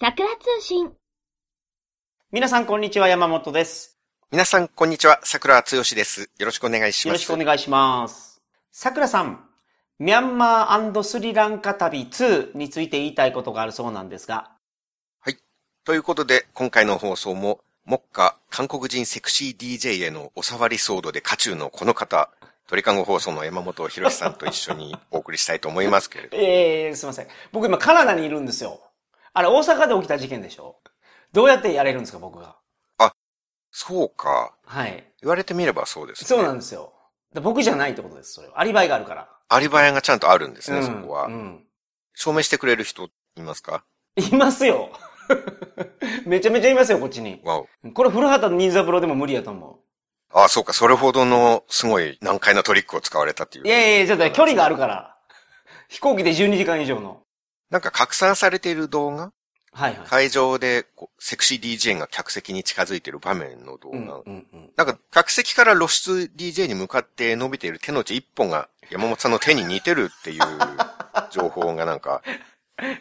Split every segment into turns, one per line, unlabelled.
通信。
皆さん、こんにちは。山本です。
皆さん、こんにちは。桜つよしです。よろしくお願いし
よ
ま
ろし
す。
くお願いします。さくらさん、ミャンマースリランカ旅2について言いたいことがあるそうなんですが、
ということで、今回の放送も、目下、韓国人セクシー DJ へのおさわり騒動で渦中のこの方、鳥かご放送の山本博さんと一緒にお送りしたいと思います けれど。
えー、すいません。僕今カナダにいるんですよ。あれ、大阪で起きた事件でしょどうやってやれるんですか、僕が。
そうか。
はい。
言われてみればそうですね。
そうなんですよ。で僕じゃないってことです、それは。アリバイがあるから。
アリバイがちゃんとあるんですね、
うん
そこは
う。ん。
証明してくれる人、いますか
いますよ。 めちゃめちゃいますよ、こっちに。
わお。
これ、古畑任三郎でも無理やと思
ああ、そうか。それほどの、すごい難解なトリックを使われたっていう
う。い。やいやいや、ちょっとね距離があるから。飛行機で12時間以上の。
なんか拡散されている動画
はいはい。
会場でこう、セクシー DJ が客席に近づいている場面の動画。
うんうんうん。
なんか、客席から露出 DJ に向かって伸びている手の内一本が山本さんの手に似てるっ ていう情報がなんか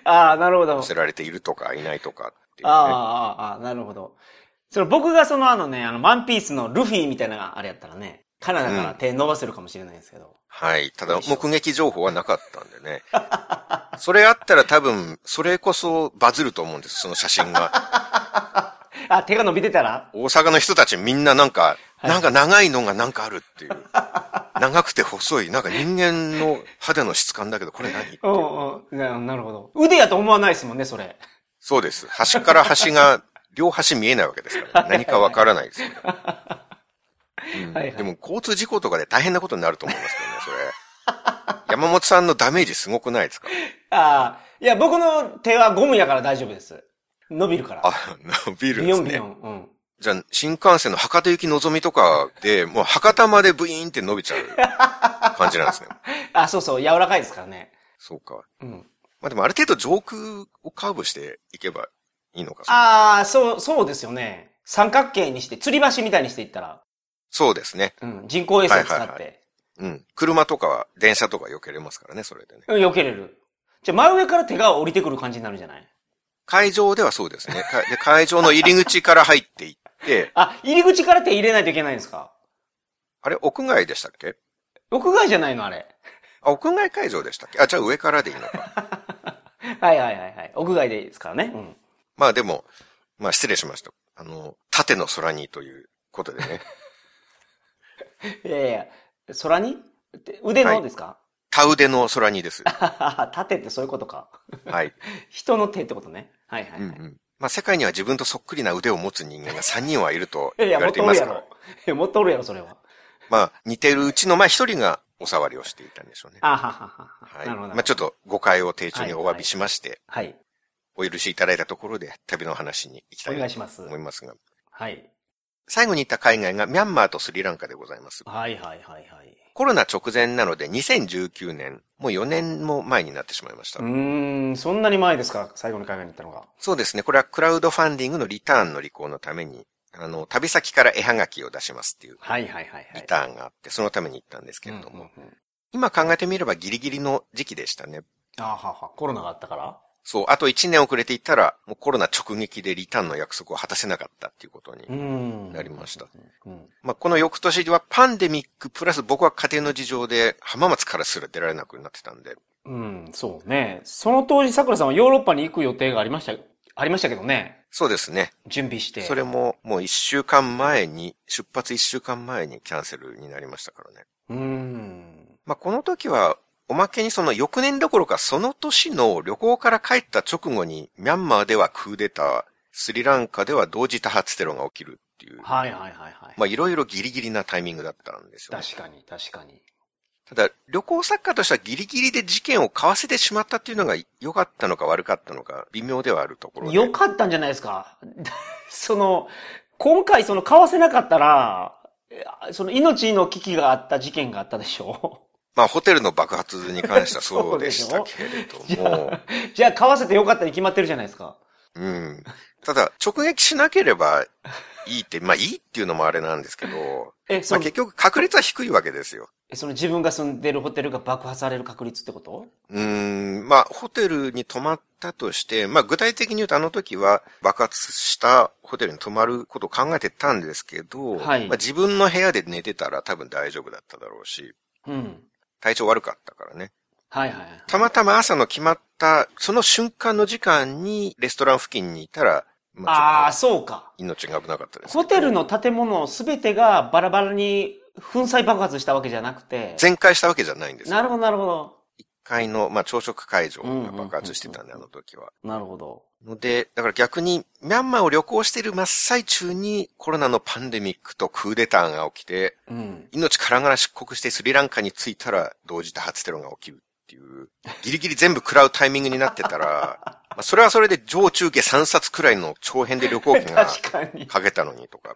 ああ、なるほど。
寄せられているとかいないとかっていう、
あ
ね。
あ、ああ、ああ、なるほど。その僕がそのあのね、あの、ワンピースのルフィみたいなあれやったらね、カナダから手伸ばせるかもしれないですけど。
はい。ただ、目撃情報はなかったんでね。 それあったら多分、それこそバズると思うんです、その写 真が。
あ、手が伸びてたら
大阪の人たちみんななんか、
はい
なんか長いのがなんかあるっていう。長くて細い、なんか人間の肌の質感だけど、これ何
うんうんな。なるほど。腕やと思わないですもんね、それ。
そうです。端から 端が、両端見えないわけですから、ね、何かわからないですよね、うん
はいはい
でも、交通事故とかで大変なことになると思いますけどね、それ。山本さんのダメージすごくないですか
ああ、いや、僕の手はゴムやから大丈夫です。伸びるから。
あ、伸びる
ビ
んで
ヨ
す
ンビヨ
ね。
ン。うん。
じゃあ、新幹線の博多行きのぞみとかで、もう博多までブイーンって伸びちゃう感じなん ですね。
あ、そうそう、柔らかいですからね。
そうか。
うん。
まあでも、ある程度上空をカーブしていけばいいのか。
ああ、そう、そうですよね。三角形にして、吊り橋みたいにしていったら、
そうですね。
うん、人工衛星を使
はい
っ
はいは
て、
うん。車とかは、電車とか避けれますからね、それでね。
うん、避けれる。じゃあ、真上から手が降りてくる感じになるんじゃない
会場ではそうですね。かで会場の入り口から入っていって、
あ、入り口から手入れないといけないんですか
あれ、屋外でしたっけ
屋外じゃないのあれ。
あ、屋外会場でしたっけあ、じゃあ上からでいいのか。
はいはいはいはい。屋外でいいですからね。うん。
まあでも、まあ失礼しました。あの、縦の空にということでね。
いやいや、空にって腕
は
の
い
ですか、
田腕の空 にです。
縦ってそういうことか。
はい。
人の手ってことね。はいはい、はい。
うんうん。まあ世界には自分とそっくりな腕を持つ人間が3人はいると
いやいや、
言わ
もっ
れて
と
い
お
ま
る
す
や
か
ろ
ら。。
いや、もっとおるやろ、それは。
まあ似てるうちの、まあ一人がお触りをしていたんでしょうね。
あはははは。
はい。
なるほど。
まあちょっと誤解を丁重にお詫びしまして、
はい。
お許しいただいたところで旅の話に行きた
お願い
い
します
と。思いますが。
はい。
最後に行った海外がミャンマーとスリランカでございます。
はいはいはいはい。
コロナ直前なので2019年、もう4年も前になってしまいました。
うーん、そんなに前ですか最後に海外に行ったのが。
そうですね。これはクラウドファンディングのリターンの履行のために、あの、旅先から絵はがきを出しますっていう
はいはいはいはい。
リターンがあって、そのために行ったんですけれども、
うんうんうん
今考えてみればギリギリの時期でしたね。
あはは、コロナがあったから
そう、あと1年遅れていったら、もうコロナ直撃でリターンの約束を果たせなかったっていうことに
うーん。
なりました。
うん。
まあ、この翌年はパンデミックプラス僕は家庭の事情で浜松からすら出られなくなってたんで、
うん、そうね。その当時、桜さんはヨーロッパに行く予定がありました、ありましたけどね。
そうですね。
準備して。
それももう一週間前に、出発一週間前にキャンセルになりましたからね。
うーん。
まあ、この時は、おまけにその翌年どころかその年の旅行から帰った直後に、ミャンマーではクーデター、スリランカでは同時多発テロが起きるっていう、
はいはいはいはい。
まあ、いろいろギリギリなタイミングだったんですよね。
確かに、確かに。
ただ、旅行作家としてはギリギリで事件を買わせてしまったっていうのが良かったのか悪かったのか微妙ではあるところで。
よかったんじゃないですか。 その、今回その買わせなかったら、えあその命の危機があった事件があったでしょ
まあ、ホテルの爆発に関してはそうでしたけ れども。
じゃあ買わせてよかったに決まってるじゃないですか。
うん。ただ、直撃しなければいいって、まあいいっていうのもあれなんですけど、
え、 そ
まあ
の、
結局確率は低いわけですよ。
えその自分が住んでるホテルが爆破される確率ってこと
うーん、まあホテルに泊まったとして、まあ具体的に言うとあの時は爆発したホテルに泊まることを考えてたんですけど、
はい
まあ自分の部屋で寝てたら多分大丈夫だっただろうし、
うん。
体調悪かったからね。
はいはいはい。
たまたま朝の決まった、その瞬間の時間にレストラン付近にいたら、ま
あ
あ
あ、そうか。
ちょっと命が危なかったですけど。
ホテルの建物すべてがバラバラに粉砕爆発したわけじゃなくて。
全開したわけじゃないんですよ
なるほど、なるほど。
1階の、まあ、朝食会場が爆発してたんで、あの時は。
なるほど。
ので、だから逆に、ミャンマーを旅行している真っ最中に、コロナのパンデミックとクーデターが起きて、
うん。
命からがら出国してスリランカに着いたら、同時多発テロが起きるっていう、ギリギリ全部食らうタイミングになってたら、まあ、それはそれで上中下3冊くらいの長編で旅行機が
確かに。
かけたのにとか、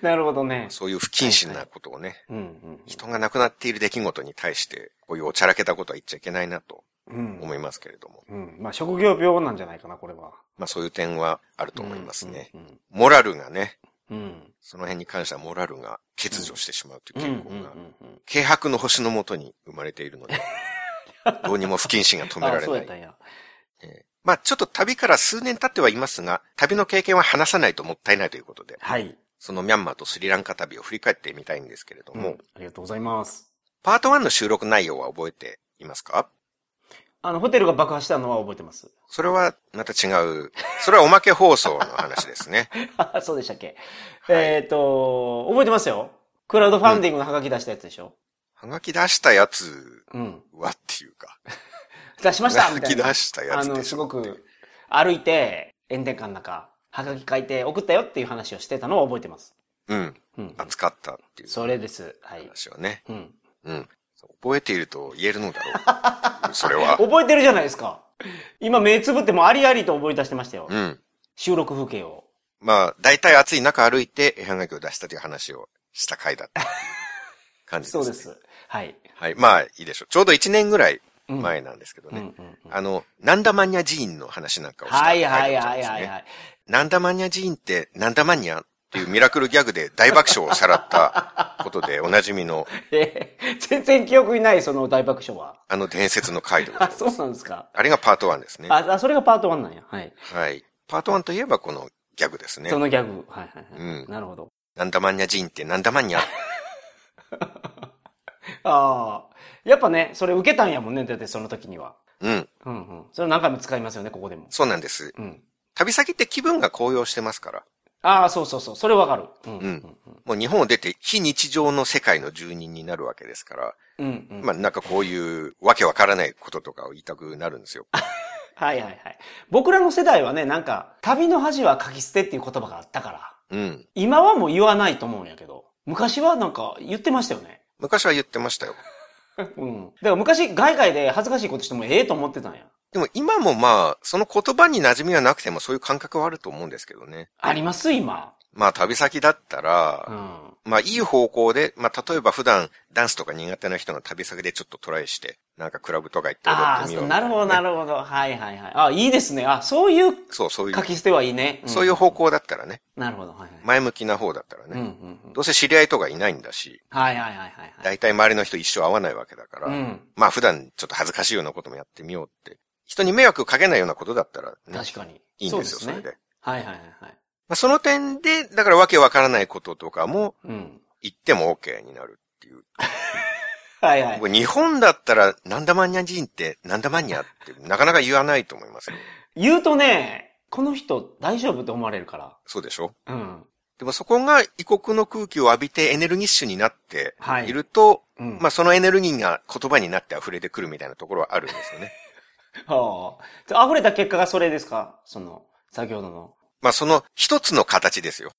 なるほどね。
そういう不謹慎なことをね、
うんうん
人が亡くなっている出来事に対して、こういうおちゃらけたことは言っちゃいけないなと
うん。
思いますけれども。
うん。まあ、職業病なんじゃないかな、これは。
まあそういう点はあると思いますね。
うん。
モラルがね、
うん。
その辺に関してはモラルが欠如してしまうという
うん。う
傾
んうん
向
う
が、
んうん
軽薄の星のもとに生まれている ので、どうにも不謹慎が止めら
あ、
れ
そう
な
やった
い。
んや。
ええまあちょっと旅から数年経ってはいますが、旅の経験は話さないともったいないということで、
はい。
そのミャンマーとスリランカ旅を振り返ってみたいんですけれども、
うんありがとうございます。
パート1の収録内容は覚えていますか
あの、ホテルが爆破したのは覚えてます。
それはまた違う。それはおまけ放送の話で すね。
あ そうでしたっけ。
はい
えっと、覚えてますよ。クラウドファンディングのハガキ出したやつでしょ。
はがき出したやつ
うん。
はっていうか。
出しましたみた
泣
い
き
な
出。したや
あ
つ
の、
でし
す
ょ
ごく、歩いて、炎天下の中、ハガキ書いて送ったよっていう話をしてたのを覚えてます。
うん。
うん。
熱かったっていう
それです。はい。
話はね。
うん。
うん。覚えていると言えるのだろう。 それは。
覚えてるじゃないですか。今目つぶってもありありと思い出してましたよ
う。ん。
収録風景を。
まあ、大体暑い中歩いて絵はがきを出したという話をした回だったっていう感じです、
そ
ね。
うで。す。はい。
はい。まあ、いいでしょう。ちょうど1年ぐらい
うん
前なんですけど
うんう
ね。
んうん
あの、ナンダマニア寺院の話なんかをした
は
回
い
だった
は
ん
い
ですね。
はいはいはい。
ナンダマニア寺院って、ナンダマニアっていうミラクルギャグで大爆笑をさらったことでおなじみの、
えー全然記憶にない、その大爆笑は。
あの伝説の回でござ い
あ、
ます。
そうなんですか。
あれがパート1ですね。
あ、あそれがパート1なんや。はい。
はい。パート1といえばこのギャグですね
そ。のギャグ。はいはいはい。
うん
なるほど。
なんだマニア人ってなんだマニア。
ああ。やっぱね、それ受けたんやもんね、だってその時には。
うん。
うんうん。それ何回も使いますよね、ここでも。
そうなんです。
うん。
旅先って気分が高揚してますから。
ああ、そうそうそう。それわかる。うん。
うんもう日本を出て非日常の世界の住人になるわけですから。
うん。うんうん。
まあなんかこういうわけわからないこととかを言いたくなるんですよ。
はいはいはい。僕らの世代はね、なんか、旅の恥は書き捨てっていう言葉があったから。
うん。
今はもう言わないと思うんやけど。昔はなんか言ってましたよね。
昔は言ってましたよ。
うん。だから昔、海外で恥ずかしいことしてもええと思ってたんや。
でも今もまあ、その言葉に馴染みはなくてもそういう感覚はあると思うんですけどね。
あります今。
まあ旅先だったら
う、ん。
まあ、いい方向で、まあ、例えば普段ダンスとか苦手な人の旅先でちょっとトライして、なんかクラブとか行って踊
あ
ってみよう
あ、
みた
ないるほど、な
ね
るほど。はいはいはい。あ、いいですね。あ、そういう
そう、そういう
書、き捨てはいいね。ん
そういう方。向だったらね、
なるほど。はいはい。
前向きな方だったら
うんう
ね、
んうん。
どうせ知り合いとかいないんだし、
はいはいはいはいはい。
大体周りの人一生会わないわけだか
う
ら、
ん。
まあ、普段ちょっと恥ずかしいようなこともやってみようって、人に迷惑かけないようなことだったらね、
確かに。
いいんですよ、そ
そう
れ
ですね。
で。
はいはいはいはい。
まあ、その点で、だからわけわからないこととかも
うん。
言っても OK になるっていう。
はいはい。
僕日本だったら、なんだマニア人って、なんだマニアって、なかなか言わないと思いますよ。
言うとね、この人大丈夫って思われるか
そうでしょ
ら。うん。
でもそこが異国の空気を浴びてエネルギッシュになって
はい。
いると、
うん。
まあそのエネルギーが言葉になって溢れてくるみたいなところはあるんですよね。
はあ。溢れた結果がそれですかその、先ほどの。
まあその一つの形ですよ。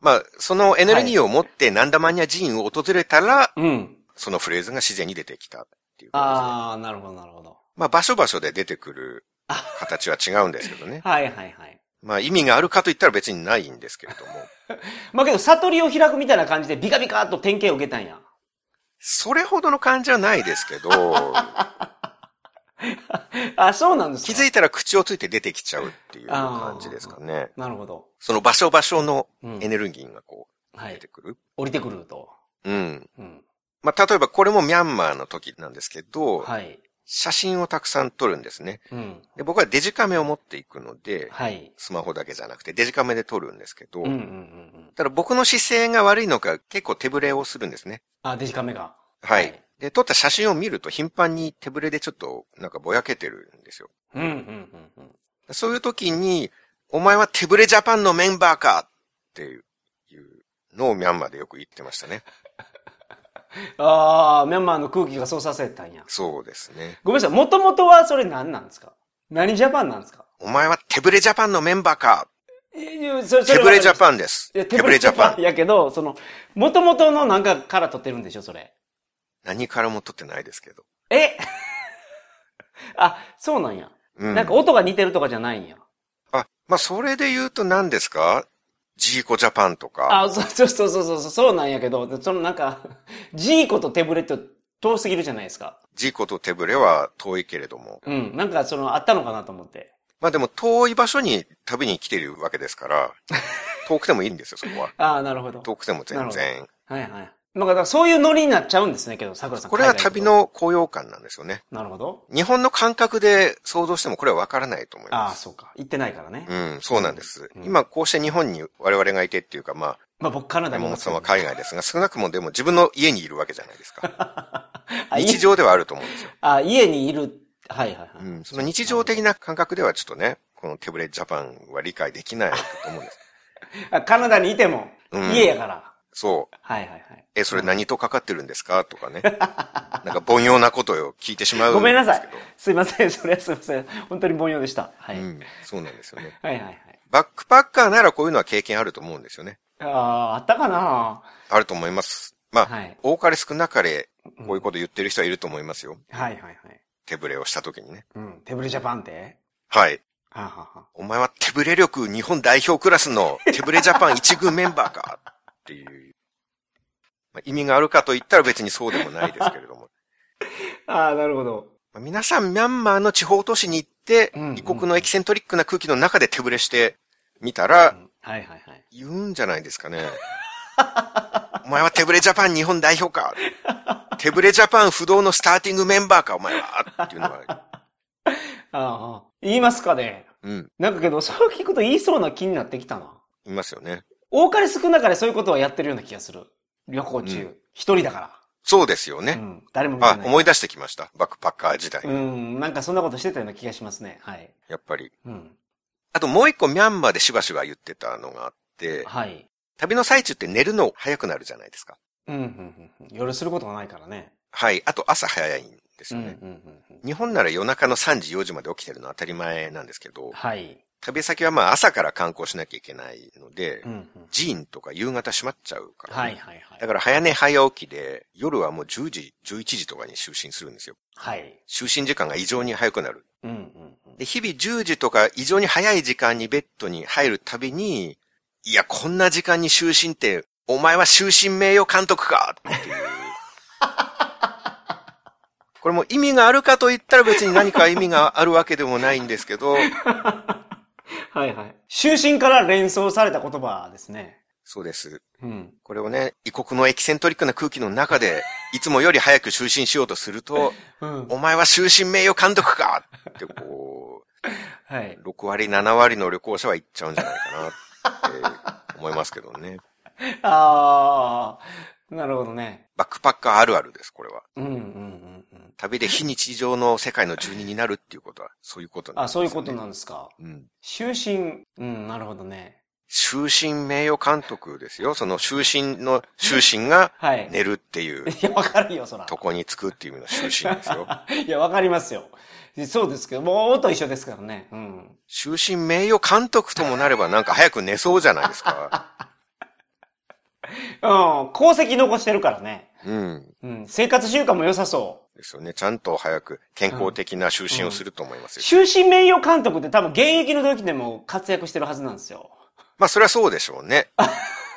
まあそのエネルギーを持ってなんだマニア寺院を訪れたら、
うん。
そのフレーズが自然に出てきたっていうことですね、
ああ、なるほど、なるほど。
まあ場所場所で出てくる形は違うんですけ どね。
はいはいはい。
まあ意味があるかと言ったら別にないんですけれども。
まあけど、悟りを開くみたいな感じでビカビカっと典型を受けたんや。
それほどの感じはないですけど、
あ、そうなんですか
気づいたら口をついて出てきちゃうっていう感じですかね。
なるほど。
その場所場所の
うん
エネルギーがこう
は
出
い
て。くる。
降りてくると。
うん。
うん。
まあ、例えばこれもミャンマーの時なんですけど、
はい。
写真をたくさん撮るんですね。
うん。
で僕はデジカメを持っていくので、
はい。
スマホだけじゃなくてデジカメで撮るんですけど、
うんうんうんうん。
ただ僕の姿勢が悪いのか結構手ぶれをするんですね。
あ、デジカメが。
は
は
い。
い
で、撮った写真を見ると頻繁に手ぶれでちょっとなんかぼやけてるんですよ。
うんうんうんうん。
そういう時に、お前は手ぶれジャパンのメンバーかっていうのをミャンマーでよく言ってましたね。
ああ、ミャンマーの空気がそうさせたんや。
そうですね。
ごめんなさい。もともとはそれ何なんですか何ジャパンなんですか
お前は手ぶれジャパンのメンバーか手
手
ぶれジャ
ン。
パンです。
いや
手ぶれジャパ ン。
やけど、その、もともとのなんかから取ってるんでしょ、それ。
何からも撮ってないですけど。
え あ、そうなんや。
うん。
なんか音が似てるとかじゃないんや。
あ、まあ、それで言うと何ですかジーコジャパンとか。
あ、そうそうそうそうそう、そうなんやけど、そのなんか、 ジーコと手ぶれって遠すぎるじゃないですか。
ジーコと手ぶれは遠いけれども。
うん。なんかその、あったのかなと思って。
まあでも遠い場所に旅に来てるわけです から、遠くてもいいんですよ、そこは。
ああ、なるほど。
遠くても全
な
然。
はいはい。なんか、だからそういうノリになっちゃうんですね、けど、桜さん。
これは
海外行
旅
くと。
の高揚感なんですよね。
なるほど。
日本の感覚で想像してもこれはわからないと思い
ああ、
ます。
そうか。行ってないからね。
うん、そうなんです。
うん
今こうして日本に我々がいてっていうか、ま
まあ僕、カナ
あ、
ダに
山
いま
本
すけ
さん
ど
は海外ですが、少なくもでも自分の家にいるわけじゃないですか。
あ
日
家
常ではあると思うんで すよ。
あ、家にいる。はいはいはい。
うん、その日常的な感覚ではちょっとね、この手ぶれジャパンは理解できないと思うんです。
あカナダにいても、
うん
家やから。
そう。
はいはいはい。
え、それ何とかかってるんですかと かね。なんか凡庸なことを聞いてしまう
ごめんなさ
で
い
すけど。
すいません。それはすいません。本当に凡庸でした。はい。
うん、そうなんですよね。
はいはいはい。
バックパッカーならこういうのは経験あると思うんですよね。
ああ、あったかな
あると思います。まあ、
はい
多かれ少なかれ、
うん
こういうこと言ってる人はいると思いますよ。
はいはいはい。
手ぶれをした時にね。
うん。手ぶれジャパンって
はい。
はあ、はあはあ、
お前は手ぶれ力日本代表クラスの手ぶれジャパン一軍メンバーかっていう。まあ、意味があるかと言ったら別にそうでもないですけれど も。
ああ、なるほど。
まあ皆さんミャンマーの地方都市に行って
うんうん、
異国のエキセントリックな空気の中で手ぶれしてみたら、
うんはいはいはい。
言うんじゃないですかね。お前は手ぶれジャパン日本代表か。手ぶれジャパン不動のスターティングメンバーか、お前は。っていうのが、
ああああ、言いますかね。
うん、
なんかけど、そう聞くと言いそうな気になってきたな。
いますよね。
多かれ少なかれそういうことはやってるような気がする。旅行
う
中。一、人だか
そうですよ
ら。う
ね。
ん。誰も見て
あ、
ない。
思い出してきました。バックパッカー時代。
うん、なんかそんなことしてたような気がしますね。はい。
やっぱり。
うん。
あともう一個ミャンマーでしばしば言ってたのがあって、
はい。
旅の最中って寝るの早くなるじゃないですか。
うん、うん、うん。夜することがないからね。
はい。あと朝早いんです
うん、
よ
うん、
ね。
うん。
日本なら夜中の3時、4時まで起きてるのは当たり前なんですけど、
はい。
旅先はまあ朝から観光しなきゃいけないので、
うん、うん。
寺院とか夕方閉まっちゃうから、
はい、はい、はい。
だから早寝早起きで、夜はもう10時、11時とかに就寝するんですよ。
はい。
就寝時間が異常に早くなる。
うん、うん、うん。
で、日々10時とか異常に早い時間にベッドに入るたびに、いや、こんな時間に就寝って、お前は就寝名誉監督かっていう。これも意味があるかと言ったら別に何か意味があるわけでもないんですけど、
はい、はい。就寝から連想された言葉ですね。
そうです。
うん。
これをね、異国のエキセントリックな空気の中で、いつもより早く就寝しようとすると、
うん。
お前は終身名誉監督かってこ
はい。
う、6割、7割の旅行者は行っちゃうんじゃないかなって思いますけどね。
あー、なるほどね。
バックパッカーあるあるです、これは。
うん、うん、うん、うん。
旅で非日常の世界の住人になるっていうことは、 そういうことなん
あ、
です
そう
よ
い
ね
うことなんですか。
うん。
就寝。うん、なるほどね。
終身名誉監督ですよ。その終身の終身が
はい。
寝るっていう
いや、わかるよ、そら。
とこにつくっていう意味の終身ですよ。
いや、わかりますよ。そうですけど、もうと一緒ですからね。うん。
終身名誉監督ともなればなんか早く寝そうじゃないで すか。
うん、功績残してるからね。
うん。
うん、生活習慣も良さそ
ですよね。ちゃんと早く健康的な就寝をすると思います
う。
よ。
終身名誉監督って多分現役の時でも活躍してるはずなんですよ。
まあ、それはそうでしょうね。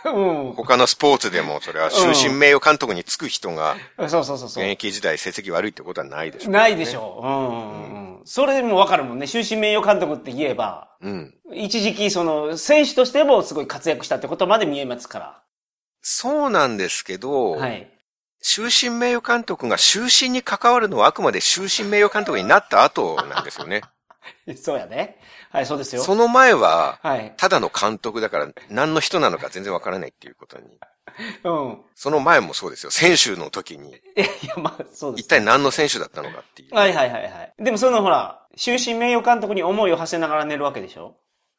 う
他のスポーツでも、それは終身名誉監督につく人が、
ん。そうそうそうそ
現
う。
役時代成績悪いってことはないでしょうから
な
ね
いでしょう。うんうんうん。それでもわかるもんね。終身名誉監督って言えば、
うん。
一時期、その、選手としてもすごい活躍したってことまで見えますか
そうなんですけど、
ら。はい。
終身名誉監督が終身に関わるのはあくまで終身名誉監督になった後なんです よね。
そうやね。はい、そうですよ。
その前は、
はい。
ただの監督だから何の人なのか全然わからないっていうことに。
うん。
その前もそうですよ。選手の時に、
いや、いや、まあ、そうで
一
す。
体何の選手だったのかっていう。
はいはいはいはい。でもそのほら、終身名誉監督に思いを馳せながら寝るわけでしょ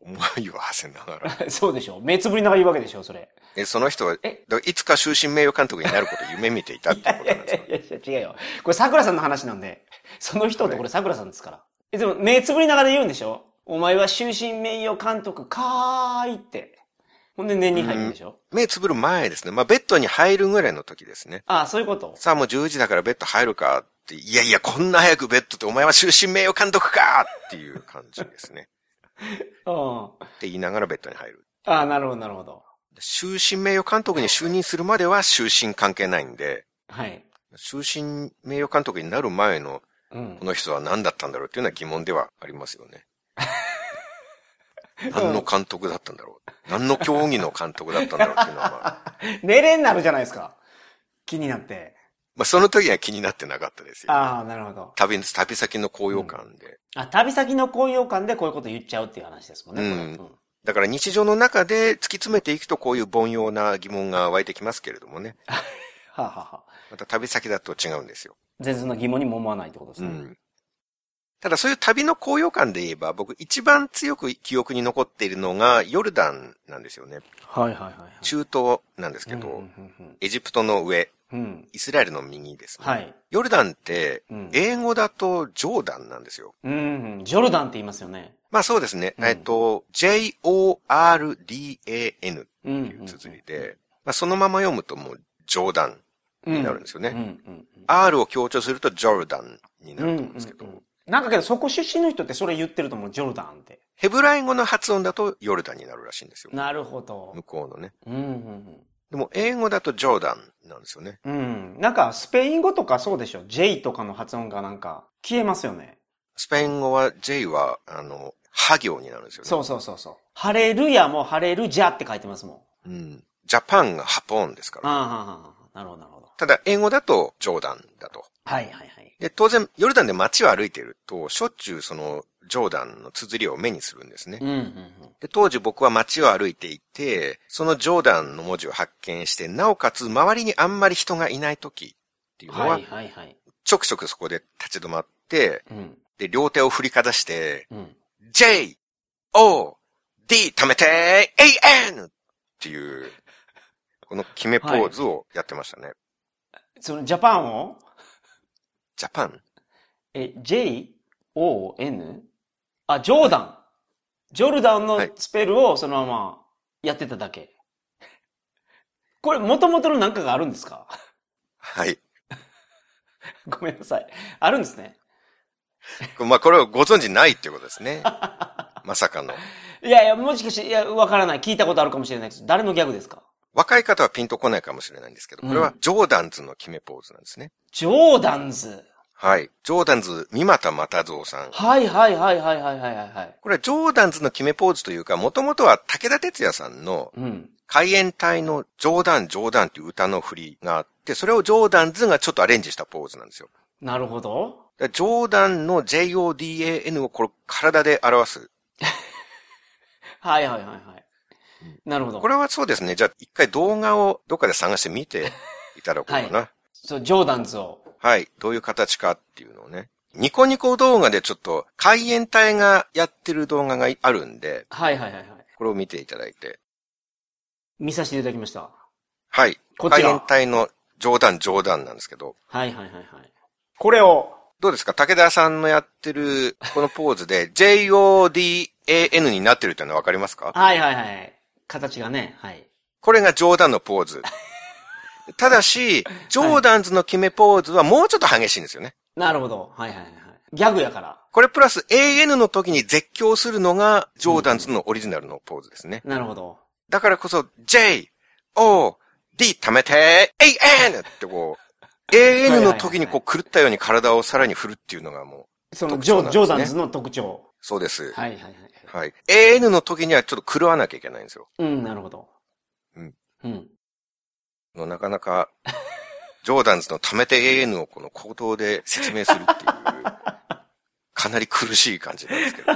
思いを馳せながら。
そうでしょ目つぶりながら言うわけでしょそれ。
え、その人は、
え
だからいつか終身名誉監督になることを夢見ていたっていうこ
い
と
や
なん
い
です
や
よ。
いやいや違うよ。これ桜さんの話なんで、その人ってこれ桜さんですから。え、でも目つぶりながら言うんでしょお前は終身名誉監督かーいって。ほんで年に入るんでしょ
目つぶる前ですね。まあ、ベッドに入るぐらいの時ですね。
ああ、そういうこと
さあもう10時だからベッド入るかって、いやいや、こんな早くベッドってお前は終身名誉監督かっていう感じですね。
うん。
って言いながらベッドに入る。
ああ、なるほどなるほど。
終身名誉監督に就任するまでは終身関係ないんで、
はい。
終身名誉監督になる前の
うん
こ。の人は何だったんだろうっていうのは疑問ではありますよね。何の監督だったんだろう。何の競技の監督だったんだろうっていうのは、まあ、
寝れになるじゃないですか。気になって。
まあその時は気になってなかったですよ。
ああ、なるほど。
旅、旅先の高揚感で。
あ、旅先の高揚感でこういうこと言っちゃうっていう話ですもんね。これ
うんだから日常の中で突き詰めていくとこういう凡庸な疑問が湧いてきますけれどもね。
はあ、はあはあ、
また旅先だと違うんですよ。
全然の疑問にも思わないってことですね。
ただそういう旅の高揚感で言えば僕一番強く記憶に残っているのがヨルダンなんですよね。
はいはいはいはい。
中東なんですけど、
うんうん
エジプトの上、
うんうん、うん。
イスラエルの右ですね。
はい。
ヨルダンって
うん。
英語だとジョーダンなんですよ。
うん。ジョルダンって言いますよね。
まあそうですね。
うん
えっと、J-O-R-D-A-N っ
うん
ていう綴りで、まあそのまま読むともうジョーダン
うん
になるんですよね。
うんうんうん。
R を強調するとジョルダンにな
うんう
ると
ん
思うんですけど、
うん。なんかけど、そこ出身の人ってそれ言ってると思う、ジョルダンって。
ヘブライ語の発音だとヨルダンになるらしいんですよ。
なるほど
向。こうのね。
うんうん
でも英語だとジョーダンなんですよね。
うん。うん。なんか、スペイン語とかそうでしょ ?J とかの発音がなんか、消えますよね。
スペイン語は J は、あの、ハ行になるんですよね。
そうそうそうそう。ハレルヤもハレルジャって書いてますもん。
う。ん。ジャパンがハポーンですから。
ああ、なるほど、なるほど。
ただ英語だとジョーダンだと。
はいはいはい。
で、当然、ヨルダンで街を歩いていると、しょっちゅうその、ジョーダンの綴りを目にするんですね
う。ん、うん、うん。
で、当時僕は街を歩いていて、そのジョーダンの文字を発見して、なおかつ周りにあんまり人がいない時っていうの
は
は、
いはいはい。
ちょくちょくそこで立ち止まって、
うん、
で、両手を振りかざして、
うん。
J, O, D 貯めて、A, N っていう、この決めポーズをやってましたね。
そのジャパンを、
ジャパン
え、J, O, N? あ、ジョーダン。ジョルダンの
はい
スペルをそのままやってただけ。これ、元々のなんかがあるんですか
はい。
ごめんなさい。あるんですね。
まあ、これをご存知ないっていうことで すね。まさかの。
いやいや、もしかして、いや、わからない。聞いたことあるかもしれないです。誰のギャグですか
若い方はピンとこないかもしれないんですけど、これは
う
ジョーダンズの決めポーズなんですね。
ジョーダンズ。
はい。ジョーダンズ、三股又蔵さん。
はいはいはいはいはいはいはい。
これはジョーダンズの決めポーズというか、もともとは武田鉄矢さんの
うん。
海援隊のジョーダン、ジョーダンっていう歌の振りがあって、それをジョーダンズがちょっとアレンジしたポーズなんですよ。
なるほど。
だからジョーダンの JODAN をこれ体で表す。
はいはいはいはい。なるほど。
これはそうですね。じゃあ一回動画をどっかで探してみていただこうかな。はい、
そう、ジョーダンズを。
どういう形かっていうのをね。ニコニコ動画でちょっと海援隊がやってる動画があるんで、
はいはいはいはい。
これを見ていただいて。
見させていただきました。
はい。
こち
海
ら。
援
は
隊の冗談冗談なんですけど、
いはいはいはい。これを。
どうですか武田さんのやってるこのポーズで JODAN になってるっていうのはわかりますか
はいはいはい。形がね、はい。
これが冗談のポーズ。ただし、ジョーダンズの決めポーズはもうちょっと激しいんですよね。
なるほど。はいはいはいはい。ギャグやから。
これプラス AN の時に絶叫するのがジョーダンズのオリジナルのポーズですね。
なるほど。
だからこそ、J, O, D 貯めて、AN! ってこう、AN の時にこう狂ったように体をさらに振るっていうのがもう、
その
特
ジ
徴
ョ、
なんですね
ジョーザンズの特徴。
そうです。
はいはいはい。
はい。AN の時にはちょっと狂わなきゃいけないんですよ。
うん、なるほど。
うん。
うん。
もうなかなか、ジョーダンズの貯めて AN をこの口頭で説明するっていう、かなり苦しい感じなんですけど、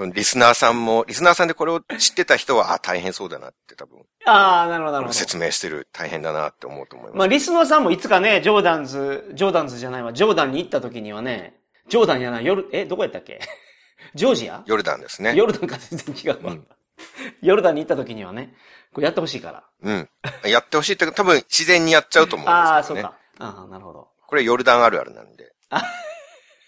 でもリスナーさんも、リスナーさんでこれを知ってた人は、あ、大変そうだなって多分、
ああ、なるほど、なるほど。
説明してる大変だなって思うと思います。
まあ、リスナーさんもいつかね、ジョーダンズ、ジョーダンズじゃないわ、ジョーダンに行った時にはね、ジョーダンじゃない、夜、え、どこやったっけ ジョージア
ヨルダンですね。
ヨルダンか全然違うわ。
うん
ヨルダンに行った時にはね、これやってほしいから。
うん。やってほしいって多分自然にやっちゃうと思うん
ああー、
ですけ
そ
ど
う
ね。
か。ああ、なるほど。
これヨルダンあるあるなんで
あ。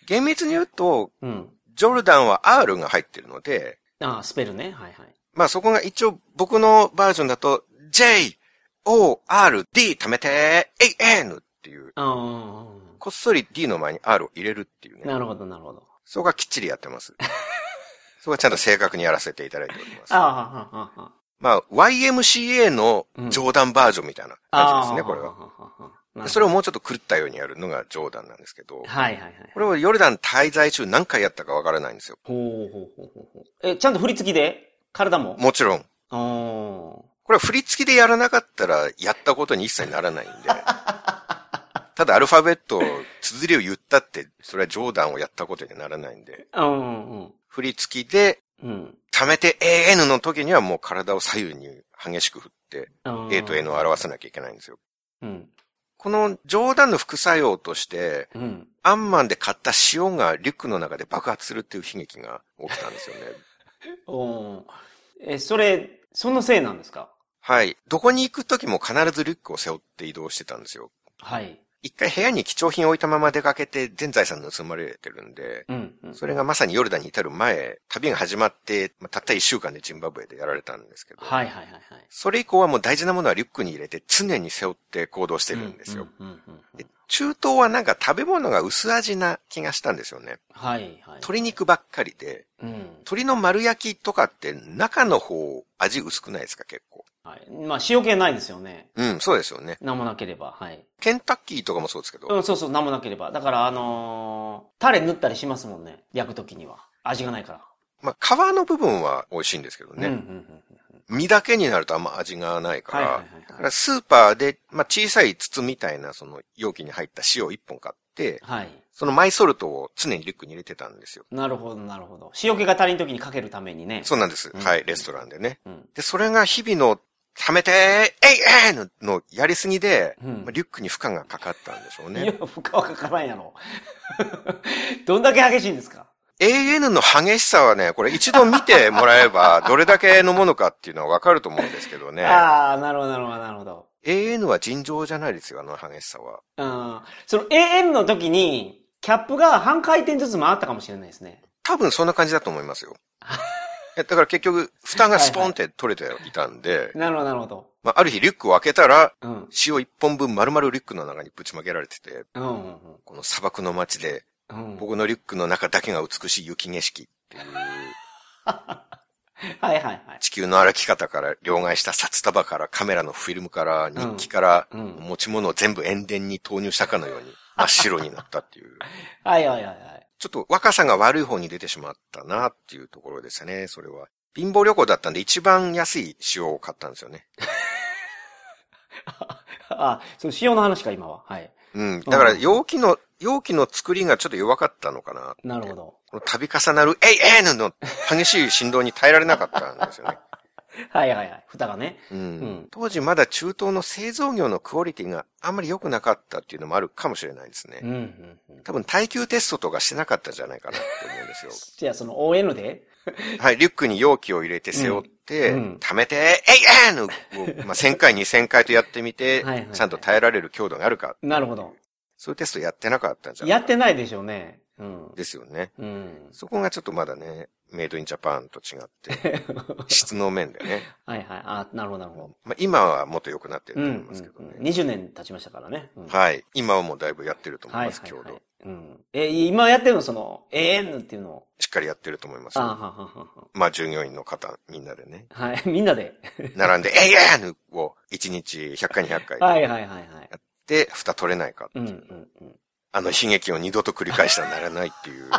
厳密に言うと、
うん。
ジョルダンは R が入ってるので、
ああ、スペルね。はいはい。
まあそこが一応僕のバージョンだと J, O, R, D 貯めて A, N っていう、
ああ、
こっそり D の前に R を入れるっていうね。
なるほど、なるほど。
そこがきっちりやっ てます。そこはちゃんと正確にやらせていただいております。
ああ、ああ、ああ。
まあ YMCA のジョーダンバージョンみたいな感じですね、これは。
は
それを
も。
もうちょっと狂ったようにやるのがジョーダンなんですけど、
はいはいはい。
これをヨルダン滞在中何回やったかわからないんですよ。
ほうほうほうほうほう。え、ちゃんと振り付きで体も
もちろん。
お
これは振り付きでやらなかったら、やったことに一切ならないんで。ただアルファベット、綴りを言ったって、それは冗談をやったことにはならないんで。
ー。うんうん
振り付きで、
うん。
貯めて AN の時にはもう体を左右に激しく振って、
うん。
A と N を表さなきゃいけないんですよ。
うん。
この冗談の副作用として、
うん。
アンマンで買った塩がリュックの中で爆発するっていう悲劇が起きたんですよね。
おーえ、それ、そのせいなんですか
はい。どこに行く時も必ずリュックを背負って移動してたんですよ。
はい。
一回部屋に貴重品を置いたまま出かけて全財産盗まれてるんで、
うん。うん
それがまさにヨルダンに至る前、旅が始まって、まあたった一週間でジンバブエでやられたんですけど、
はいはいはいはい。
それ以降はもう大事なものはリュックに入れて常に背負って行動してるんですよ。
うん。うんうんうん
で中東はなんか食べ物が薄味な気がしたんですよね。
はいはい。
鶏肉ばっかりで、
うん。
鶏の丸焼きとかって中の方味薄くないですか結構。
はい。まあ、塩気ないですよね。
うん、そうですよね。
なんもなければ。はい。
ケンタッキーとかもそうですけど、
うん、そうそう、なんもなければ。だから、あのー、タレ塗ったりしますもんね。焼くときには。味がないから。
まあ皮の部分は美味しいんですけどね。
うんうんうんうん。
身だけになるとあんま味がないか
はいはいは
ら、
い
だ
は
か
い。
らスーパーで、まあ、小さい筒みたいなその容器に入った塩1本買って、
はい。
そのマイソルトを常にリュックに入れてたんですよ。
なるほど、なるほど。塩気が足りんときにかけるためにね。
そうなんです。
うん
はい、レストランでね。
うん。
で、それが日々の、貯めて、えいえいののやりすぎで、
うん
まあリュックに負荷がかかったんでしょう
いや
ね。、
負荷はかからんやろ。 どんだけ激しいんですか
AN の激しさはね、これ一度見てもら えば、どれだけのものかっていうのはわかると思うんですけどね。
ああ、なるほど、なるほど、なるほど。
AN は尋常じゃないですよ、あの激しさは。
うん。その AM の時に、キャップが半回転ずつ回ったかもしれないですね。
多分そんな感じだと思いますよ。えだから結局、蓋がスポンって取れていたんで、
なるほど、なるほど。
まあ、ある日リュックを開けたら、
うん。
塩一本分丸々リュックの中にぶちまけられてて、
うん、うんうん
この砂漠の街で、
うん。
僕のリュックの中だけが美しい雪景色っていう、
はいはいはい。
地球の歩き方から両替した札束からカメラのフィルムから日記から、
うんうん
持ち物を全部塩田に投入したかのように真っ白になったっ ていう、
はいはいはいはい。
ちょっと若さが悪い方に出てしまったなっていうところですね、それは。貧乏旅行だったんで一番安い塩を買ったんですよね。
あ、そう、塩の話か、今は。はい。
うん。だから容器の、容器の作りがちょっと弱かったのかな。
なるほど。
この度重なる AN の激しい振動に耐えられなかったんですよね。
はいはいはい。蓋がね。
うん。
うん
当時まだ中東の製造業のクオリティがあんまり良くなかったっていうのもあるかもしれないですね。
うん、うん、うん。
多分耐久テストとかしてなかったんじゃないかなって思うんですよ。
じゃあ、その ON で
はい、リュックに容器を入れて背負って、
うんうん
貯めて、えいえんを、まあ、1000回、2000回とやってみて
はいはいはい、
ちゃんと耐えられる強度があるか。
なるほど。
そういうテストやってなかったんじゃ
や
ない
ってないでしょうね。うん。
ですよね。
うん。
そこがちょっとまだね、メイドインジャパンと違って、質の面でね。
はいはい。あ、なるほど、なるほど。
まあ、今はもっと良くなってる
う
と
ん
思いますけど
うん
ね。
うん。20年経ちましたからね。うん
はい。今はもうだいぶやってると思
はいい
ま
は
す、強
いは
度
い。。うん。え、今やってるのその、AN っていうのを。
しっかりやってると思います
あ
よ。
はははは
まあ、従業員の方、みんなでね、
は。はい、 みんなで。
並んで、えいやぬを1日100回200
はい
回
はいはいはい。
で、蓋取れないか。
うんうんうん。
あの悲劇を二度と繰り返してはならないっていう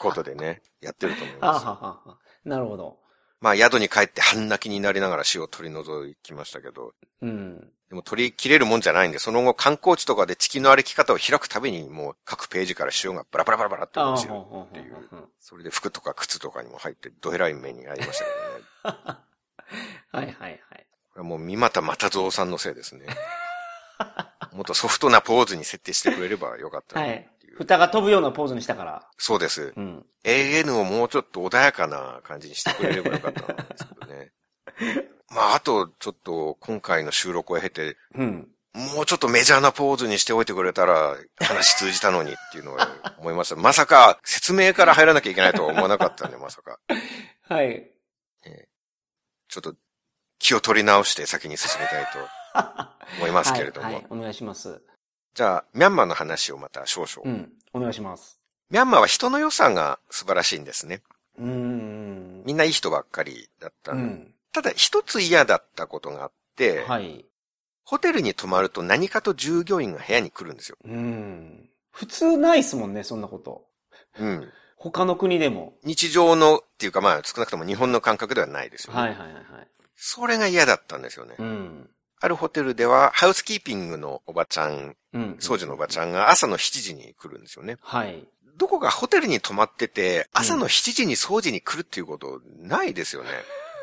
ことで ね、やってると思い
あは
ます
は。は。なるほど。
まあ、宿に帰って半泣きになりながら死を取り除きましたけど、
うん。
でも取り切れるもんじゃないんで、その後観光地とかで地球の歩き方を開くたびに、もう各ページから塩がバラバラバラバラって
あ
落
は
ちる
は。は
っていう
は。
それで服とか靴とかにも入って、どえらい目に遭いましたけどね。
はいはいはい。
こ れはもう三股又蔵さんのせいですね。もっとソフトなポーズに設定してくれればよかったなっていう。
蓋が飛ぶようなポーズにしたから。
そうです。
うん。
AN をもうちょっと穏やかな感じにしてくれればよかったんですけどね。 まあ、あと、ちょっと、今回の収録を経て、
うん。
もうちょっとメジャーなポーズにしておいてくれたら、話通じたのにっていうのは思いました。まさか、説明から入らなきゃいけないとは思わなかったんで、まさか。
はい。
ちょっと、気を取り直して先に進めたいと思いますけれども。
はい、はいお願いします。
じゃあ、ミャンマーの話をまた少々。
うん。お願いします。
ミャンマーは人の良さが素晴らしいんですね。
うーん。
みんないい人ばっかりだった。
うん。
ただ、一つ嫌だったことがあって、
はい。
ホテルに泊まると何かと従業員が部屋に来るんですよ。
うん。普通ないっすもんね、そんなこと。
うん。
他の国でも。
日常のっていうか、まあ、少なくとも日本の感覚ではないですよね。
はいはいはいはい。
それが嫌だったんですよね。
うん。
あるホテルでは、ハウスキーピングのおばちゃん、
うん。
掃除のおばちゃんが朝の7時に来るんですよね。
はい。
どこかホテルに泊まってて、朝の7時に掃除に来るっていうことないですよね。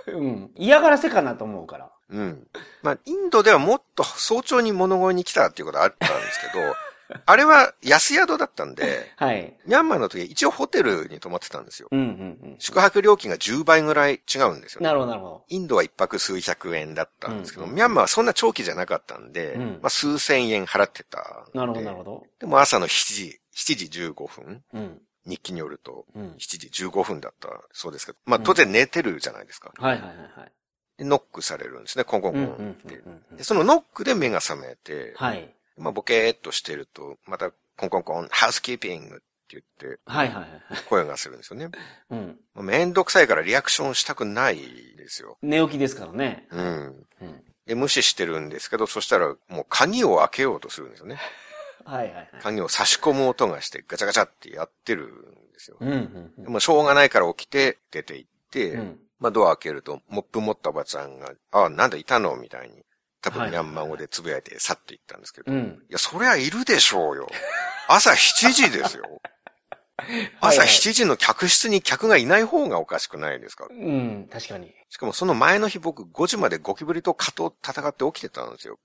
うん。嫌がらせかなと思うから。
うん。まあ、インドではもっと早朝に物乞いに来たっていうことあったんですけど、 あれは安宿だったんで、
はい。
ミャンマーの時は一応ホテルに泊まってたんですよ。
うんうん
宿泊料金が10倍ぐらい違うんです
う
よ
ん。
ね。
なるほどなるほど。
インドは一泊数百円だったんですけど、
うん
ミャンマーはそんな長期じゃなかったんで、
うん
まあ数千円払ってたんで。
なるほどなるほど。
でも朝の7時、7時15分、
うん。
日記によると
うん。
7時15分だったそうですけど、まあ
うん
当然寝てるじゃないですか。
はいはいはいはい。
でノックされるんですね、コンコン
う
コ
ん
ン
う
っ
ん
て。
うんうんうん
で。そのノックで目が覚めて、
はい。
まあボケーっとしてると、またコンコンコン、ハウスキーピングって言って
はいはいはいはい。
声がするん ですよね。
うん。
まあめんどくさいからリアクションしたくないですよ。
寝起きですからね。
うん。
うん。
で、無視してるんですけど、そしたらもう鍵を開けようとするんですよね。
はいはいはい。
鍵を差し込む音がしてガチャガチャってやってるんですよ。
うんうん
でもしょうがないから起きて出て行って、
うん。うん。
まあドア開けると、モップ持ったおばちゃんが、ああ、なんだいたのみたいに、多
は
分
い
ミャンマー語でつぶやいて去って行ったんですけど、
う
い
ん。
や、そりゃいるでしょうよ。朝7時で すよ。朝7時の客室に客がいない方がおかしくないですか
うん、確かに。
しかもその前の日僕5時までゴキブリと蚊と戦って起きてたんですよ。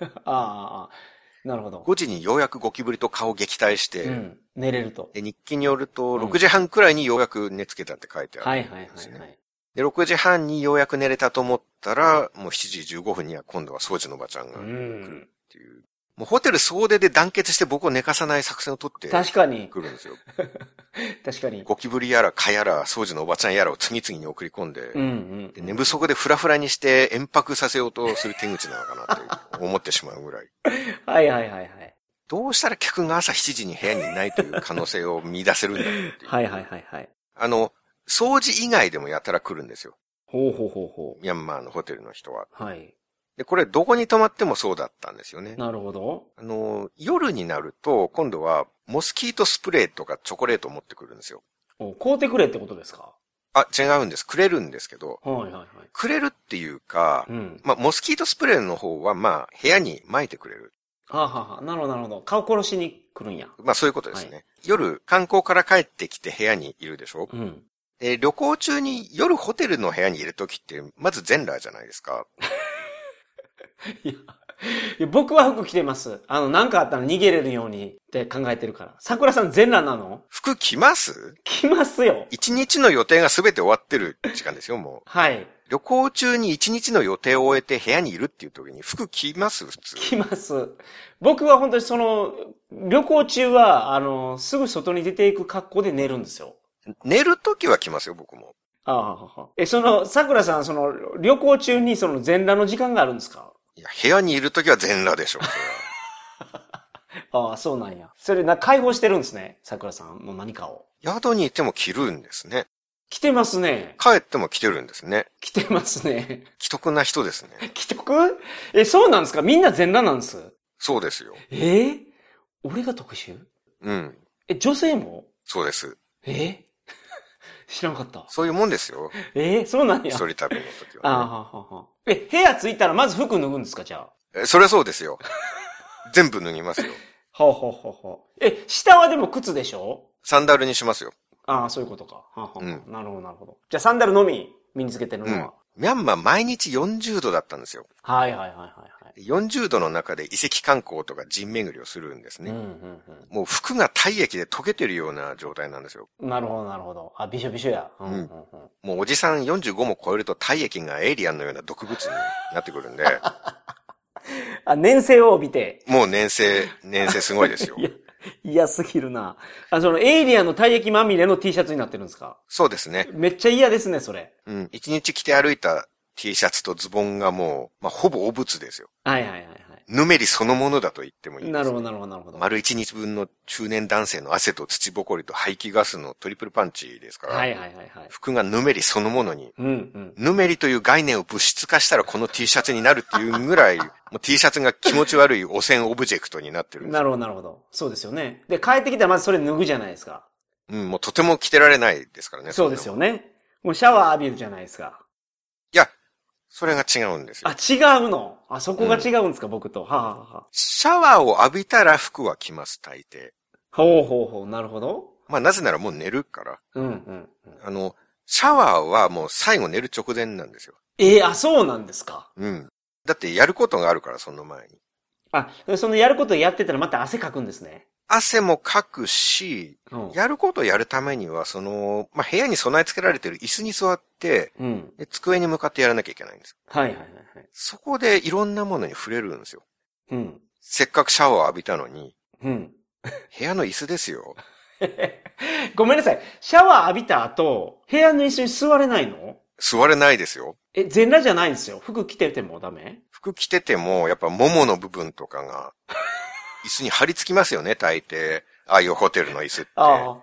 ああああ、なるほど。
5時にようやくゴキブリと蚊を撃退して、
うん。寝れると。
で日記によると、
うん
6時半くらいにようやく寝つけたって書いてある。
はいはいはい
です
は
ね
い。
で、6時半にようやく寝れたと思ったら、もう7時15分には今度は掃除のおばちゃんが
う
来る
ん。
っていう。もうホテル総出で団結して僕を寝かさない作戦を取って
確かに、
来るんですよ。
確かに。
ゴキブリやら蚊やら掃除のおばちゃんやらを次々に送り込んで、
うんうん
で。寝不足でフラフラにして遠泊させようとする手口なのかなって思ってしまうぐらい。
はいはいはいはい。
どうしたら客が朝7時に部屋にいないという可能性を見出せるんだろうっていう。
はいはいはいはい。
あの、掃除以外でもやたら来るんですよ。
ほうほうほうほ
ミャンマーのホテルの人は。
う。はい。
で、これどこに泊まってもそうだったんですよね。
なるほど。
あの、夜になると、今度は、モスキートスプレーとかチョコレートを持ってくるんですよ。
お、買うてくれってことですか
あ、違うんです。くれるんですけど、
はいはいはい。
くれるっていうか
う、ん。
まあ、モスキートスプレーの方は、まあ、部屋に撒いてくれる。
はあ、はあはあ、なるほどなるほど。顔殺しに来るんや。
まあ、そういうことですね。
は
夜、観光から帰ってきて部屋にいるでしょ
うん。
で旅行中に夜ホテルの部屋にいるときって、まず全裸じゃないですか。
いやいや、僕は服着てます。あの、なんかあったら逃げれるようにって考えてるから。桜さん全裸なの
服着ます
着ますよ。
一日の予定が全て終わってる時間ですよ、も
はい。
う。旅行中に一日の予定を終えて部屋にいるっていう時に服着ます普通。
来ます。僕は本当にその、旅行中は、あの、すぐ外に出ていく格好で寝るんですよ。
寝るときは来ますよ、僕も。
ああ、ははえ、その、桜さん、その、旅行中にその全裸の時間があるんですか
いや、部屋にいるときは全裸でしょ、それは。
ああ、そうなんや。それな、解放してるんですね。桜さんの何かを。
宿にいても着るんですね。
来てますね。
帰っても着てるんですね。
来てます ね。
既得な人ですね。
既得え、そうなんですかみんな全裸なんです。
そうですよ。
えー俺が特殊
うん。
え、女性も
そうです。
え 知らんかった。
そういうもんですよ。
えーそうなんや
一。人旅の時
ああ、
は、
は
ね
あはあ。え、部屋着いたらまず服脱ぐんですかじゃあ。
え。そりゃそうですよ。全部脱ぎますよ。
ほうほうほうほう。え、下はでも靴でしょ
サンダルにしますよ。
ああ、そういうことか。はあはあ
うん
なるほど、なるほど。じゃあサンダルのみ身につけてるのは。
うんミャンマー毎日40度だったんですよ。
はいはいはいはいはい。
40度の中で遺跡観光とか人巡りをするんです
うん
ね。
うん
もう服が体液で溶けてるような状態なんですよ。
うん。なるほど、なるほど。あ、びしょびしょや。うんうんうん。
もうおじさん45も超えると体液がエイリアンのような毒物になって くるんで、
あ、粘性を帯びて。
もう粘性、粘性すごいですよ
い。や、嫌すぎるな。あ、その、エイリアンの体液まみれの T シャツになってるんですか
そうですね。
めっちゃ嫌ですね、それ。
うん。一日着て歩いた T シャツとズボンがもう、まあ、ほぼお物ですよ。
はいはいはいは
ぬめりそのものだと言ってもい
い。
いです、
なるほど、なるほど、なるほど。
丸一日分の中年男性の汗と土ぼこりと排気ガスのトリプルパンチですから、
はいはいはいはい。
服がぬめりそのものに、
うんうん。
ぬめりという概念を物質化したらこの T シャツになるっていうぐらい、 もう T シャツが気持ち悪い汚染オブジェクトになってるんです
なるほど、なるほど。そうですよね。で、帰ってきたらまずそれ脱ぐじゃないですか。
うん、もうとても着てられないですからね。
そうです
よ。
よね。もうシャワー浴びるじゃないですか。
いや、それが違うんですよ
あ、。違うの。あ、そこが違うんですか、僕と。はあ、はあはあ、
シャワーを浴びたら服は着ます、大抵。
ほうほうほう、なるほど。
まあなぜならもう寝るから。
うんうんうん。
あの、シャワーはもう最後寝る直前なんですよ。
えーあ、そうなんですか。
うん。だってやることがあるから、その前に。
あ、そのやることやってたらまた汗かくんですね。
汗もかくし、
うん。
やることをやるためには、その、まあ、部屋に備え付けられてる椅子に座って、
うん。
で机に向かってやらなきゃいけないんですよ。
はいはいはいはい。
そこでいろんなものに触れるんですよ。
うん。
せっかくシャワーを浴びたのに、
うん。
部屋の椅子ですよ。
ごめんなさい。シャワー浴びた後、部屋の椅子に座れないの
座れないですよ。
え、全裸じゃないんですよ。服着ててもダメ
服着てても、やっぱももの部分とかが、椅子に張り付きますよね、大抵。ああいうホテルの椅子って。
ああ。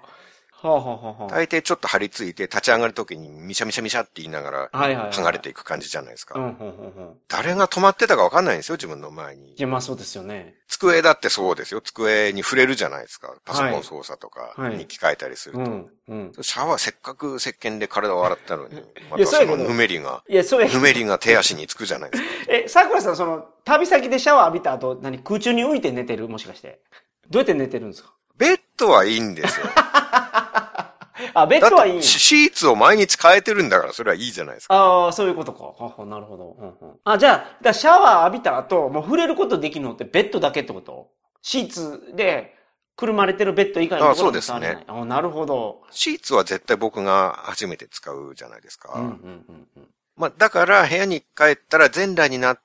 はあはあはあ。はい
大抵ちょっと張り付いて立ち上がるときにみしゃみしゃみしゃって言いながら、
はいはい。
剥がれていく感じじゃないですか。
うん、うん、うん、うん。
誰が止まってたかわかんないんですよ、自分の前に
い。や、まあそうですよね。
机だってそうですよ。机に触れるじゃないですか。パソコ
はい
ン操作とか
はい
に着替えたりすると。
うん、うん。
シャワーせっかく石鹸で体を洗ったのに、ま
いや
た
そう
そ
やけど
のぬめりが、
いや、それ
ぬ、めりが手足につくじゃないですか。
え、桜さん、その、旅先でシャワー浴びた後、何、空中に浮いて寝てるもしかして。どうやって寝てるんですか
ベッドはいいんですよ。
あ、 ベッド
だ
は
っ
いいん
て
や
シシーツを毎日変えてるんだからそれはいいじゃないですか。
ああ、そういうことか。ははなるほど。うんうん、あ、じゃあ、だからシャワー浴びた後、もう触れることできるのってベッドだけってことシーツで、くるまれてるベッド以外のところにも触れない。ああ、なるほど。
シーツは絶対僕が初めて使うじゃないですか。
うんうんうんうん。
まあだから部屋に帰ったら全裸になって、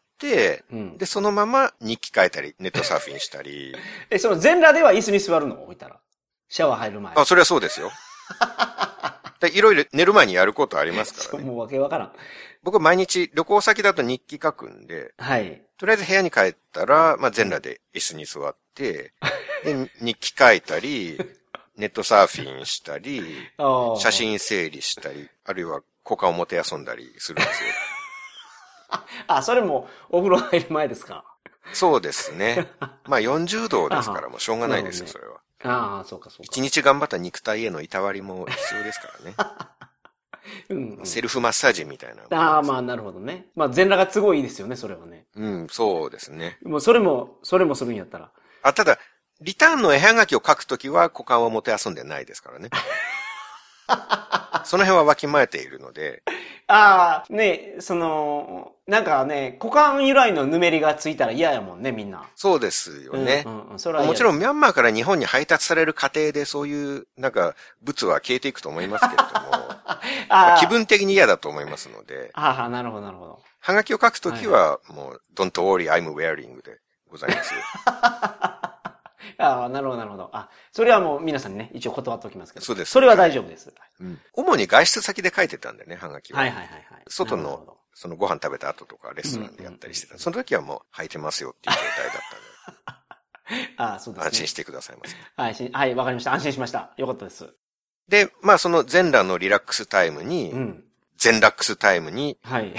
うん
で、そのまま日記変えたり、ネットサーフィンし たり。
え、その全裸では椅子に座るの置いたら。シャワー入る前。
あ、それはそうですよ。でいろいろ寝る前にやることありますからね。
もうわけわからん。
僕毎日旅行先だと日記書くんで、
はい。
とりあえず部屋に帰ったら、まあ、全裸で椅子に座って、で日記書いた り、ネットサーフィンしたり、
ああ。
写。真整理したり、あるいは股間をもて遊んだりするんですよ。
あ、それもお風呂入る前ですか。
そうですね。まあ40度ですからもうしょうがないですよ、
な
それは。
ああ、そうかそうか。
一日頑張った肉体へのいたわりも必要ですからね。
うん、うん。
セルフマッサージみたいな。
ああ、まあなるほどね。まあ全裸が都合いいですよね、それはね。
うん、そうですね。
もうそれも、それもするんやったら。
あ、ただ、リターンの絵はがきを書くときは股間をもて遊んでないですか らね。その辺はわきまえているので、
ああ、ねその、なんかね、股間由来のぬめりがついたら嫌やもんね、みんな。
そうですよね
う。んうんうん、それは
もちろ
ん。
んミャンマーから日本に配達される過程でそういう、なんか、物は消えていくと思いま すけれども、ま
あ
あ
あ、
気分的に嫌だと思いますので、
ああ、なるほど、なるほど。
はがきを書くときは、もう、don't worry, I'm wearing でござ いますよ。
ああ、なるほど、なるほど。あ、それはもう皆さんにね、一応断っておきますけど。
そうです
それは大丈夫です。
うん主に外出先で書いてたんでね、はがきは。
はいはいはいはい。
外の
なるほど
そのご 飯食べた後とかレストランでやったりしてた。その時はもう履いてますよっていう状態だったんで。
ああ、そうですね。
安心してくださいませ。
安心はい、わかりました。安心しました。よかったです。
で、まあその全裸のリラックスタイムに、
うん。
全ラックスタイムに、
はい。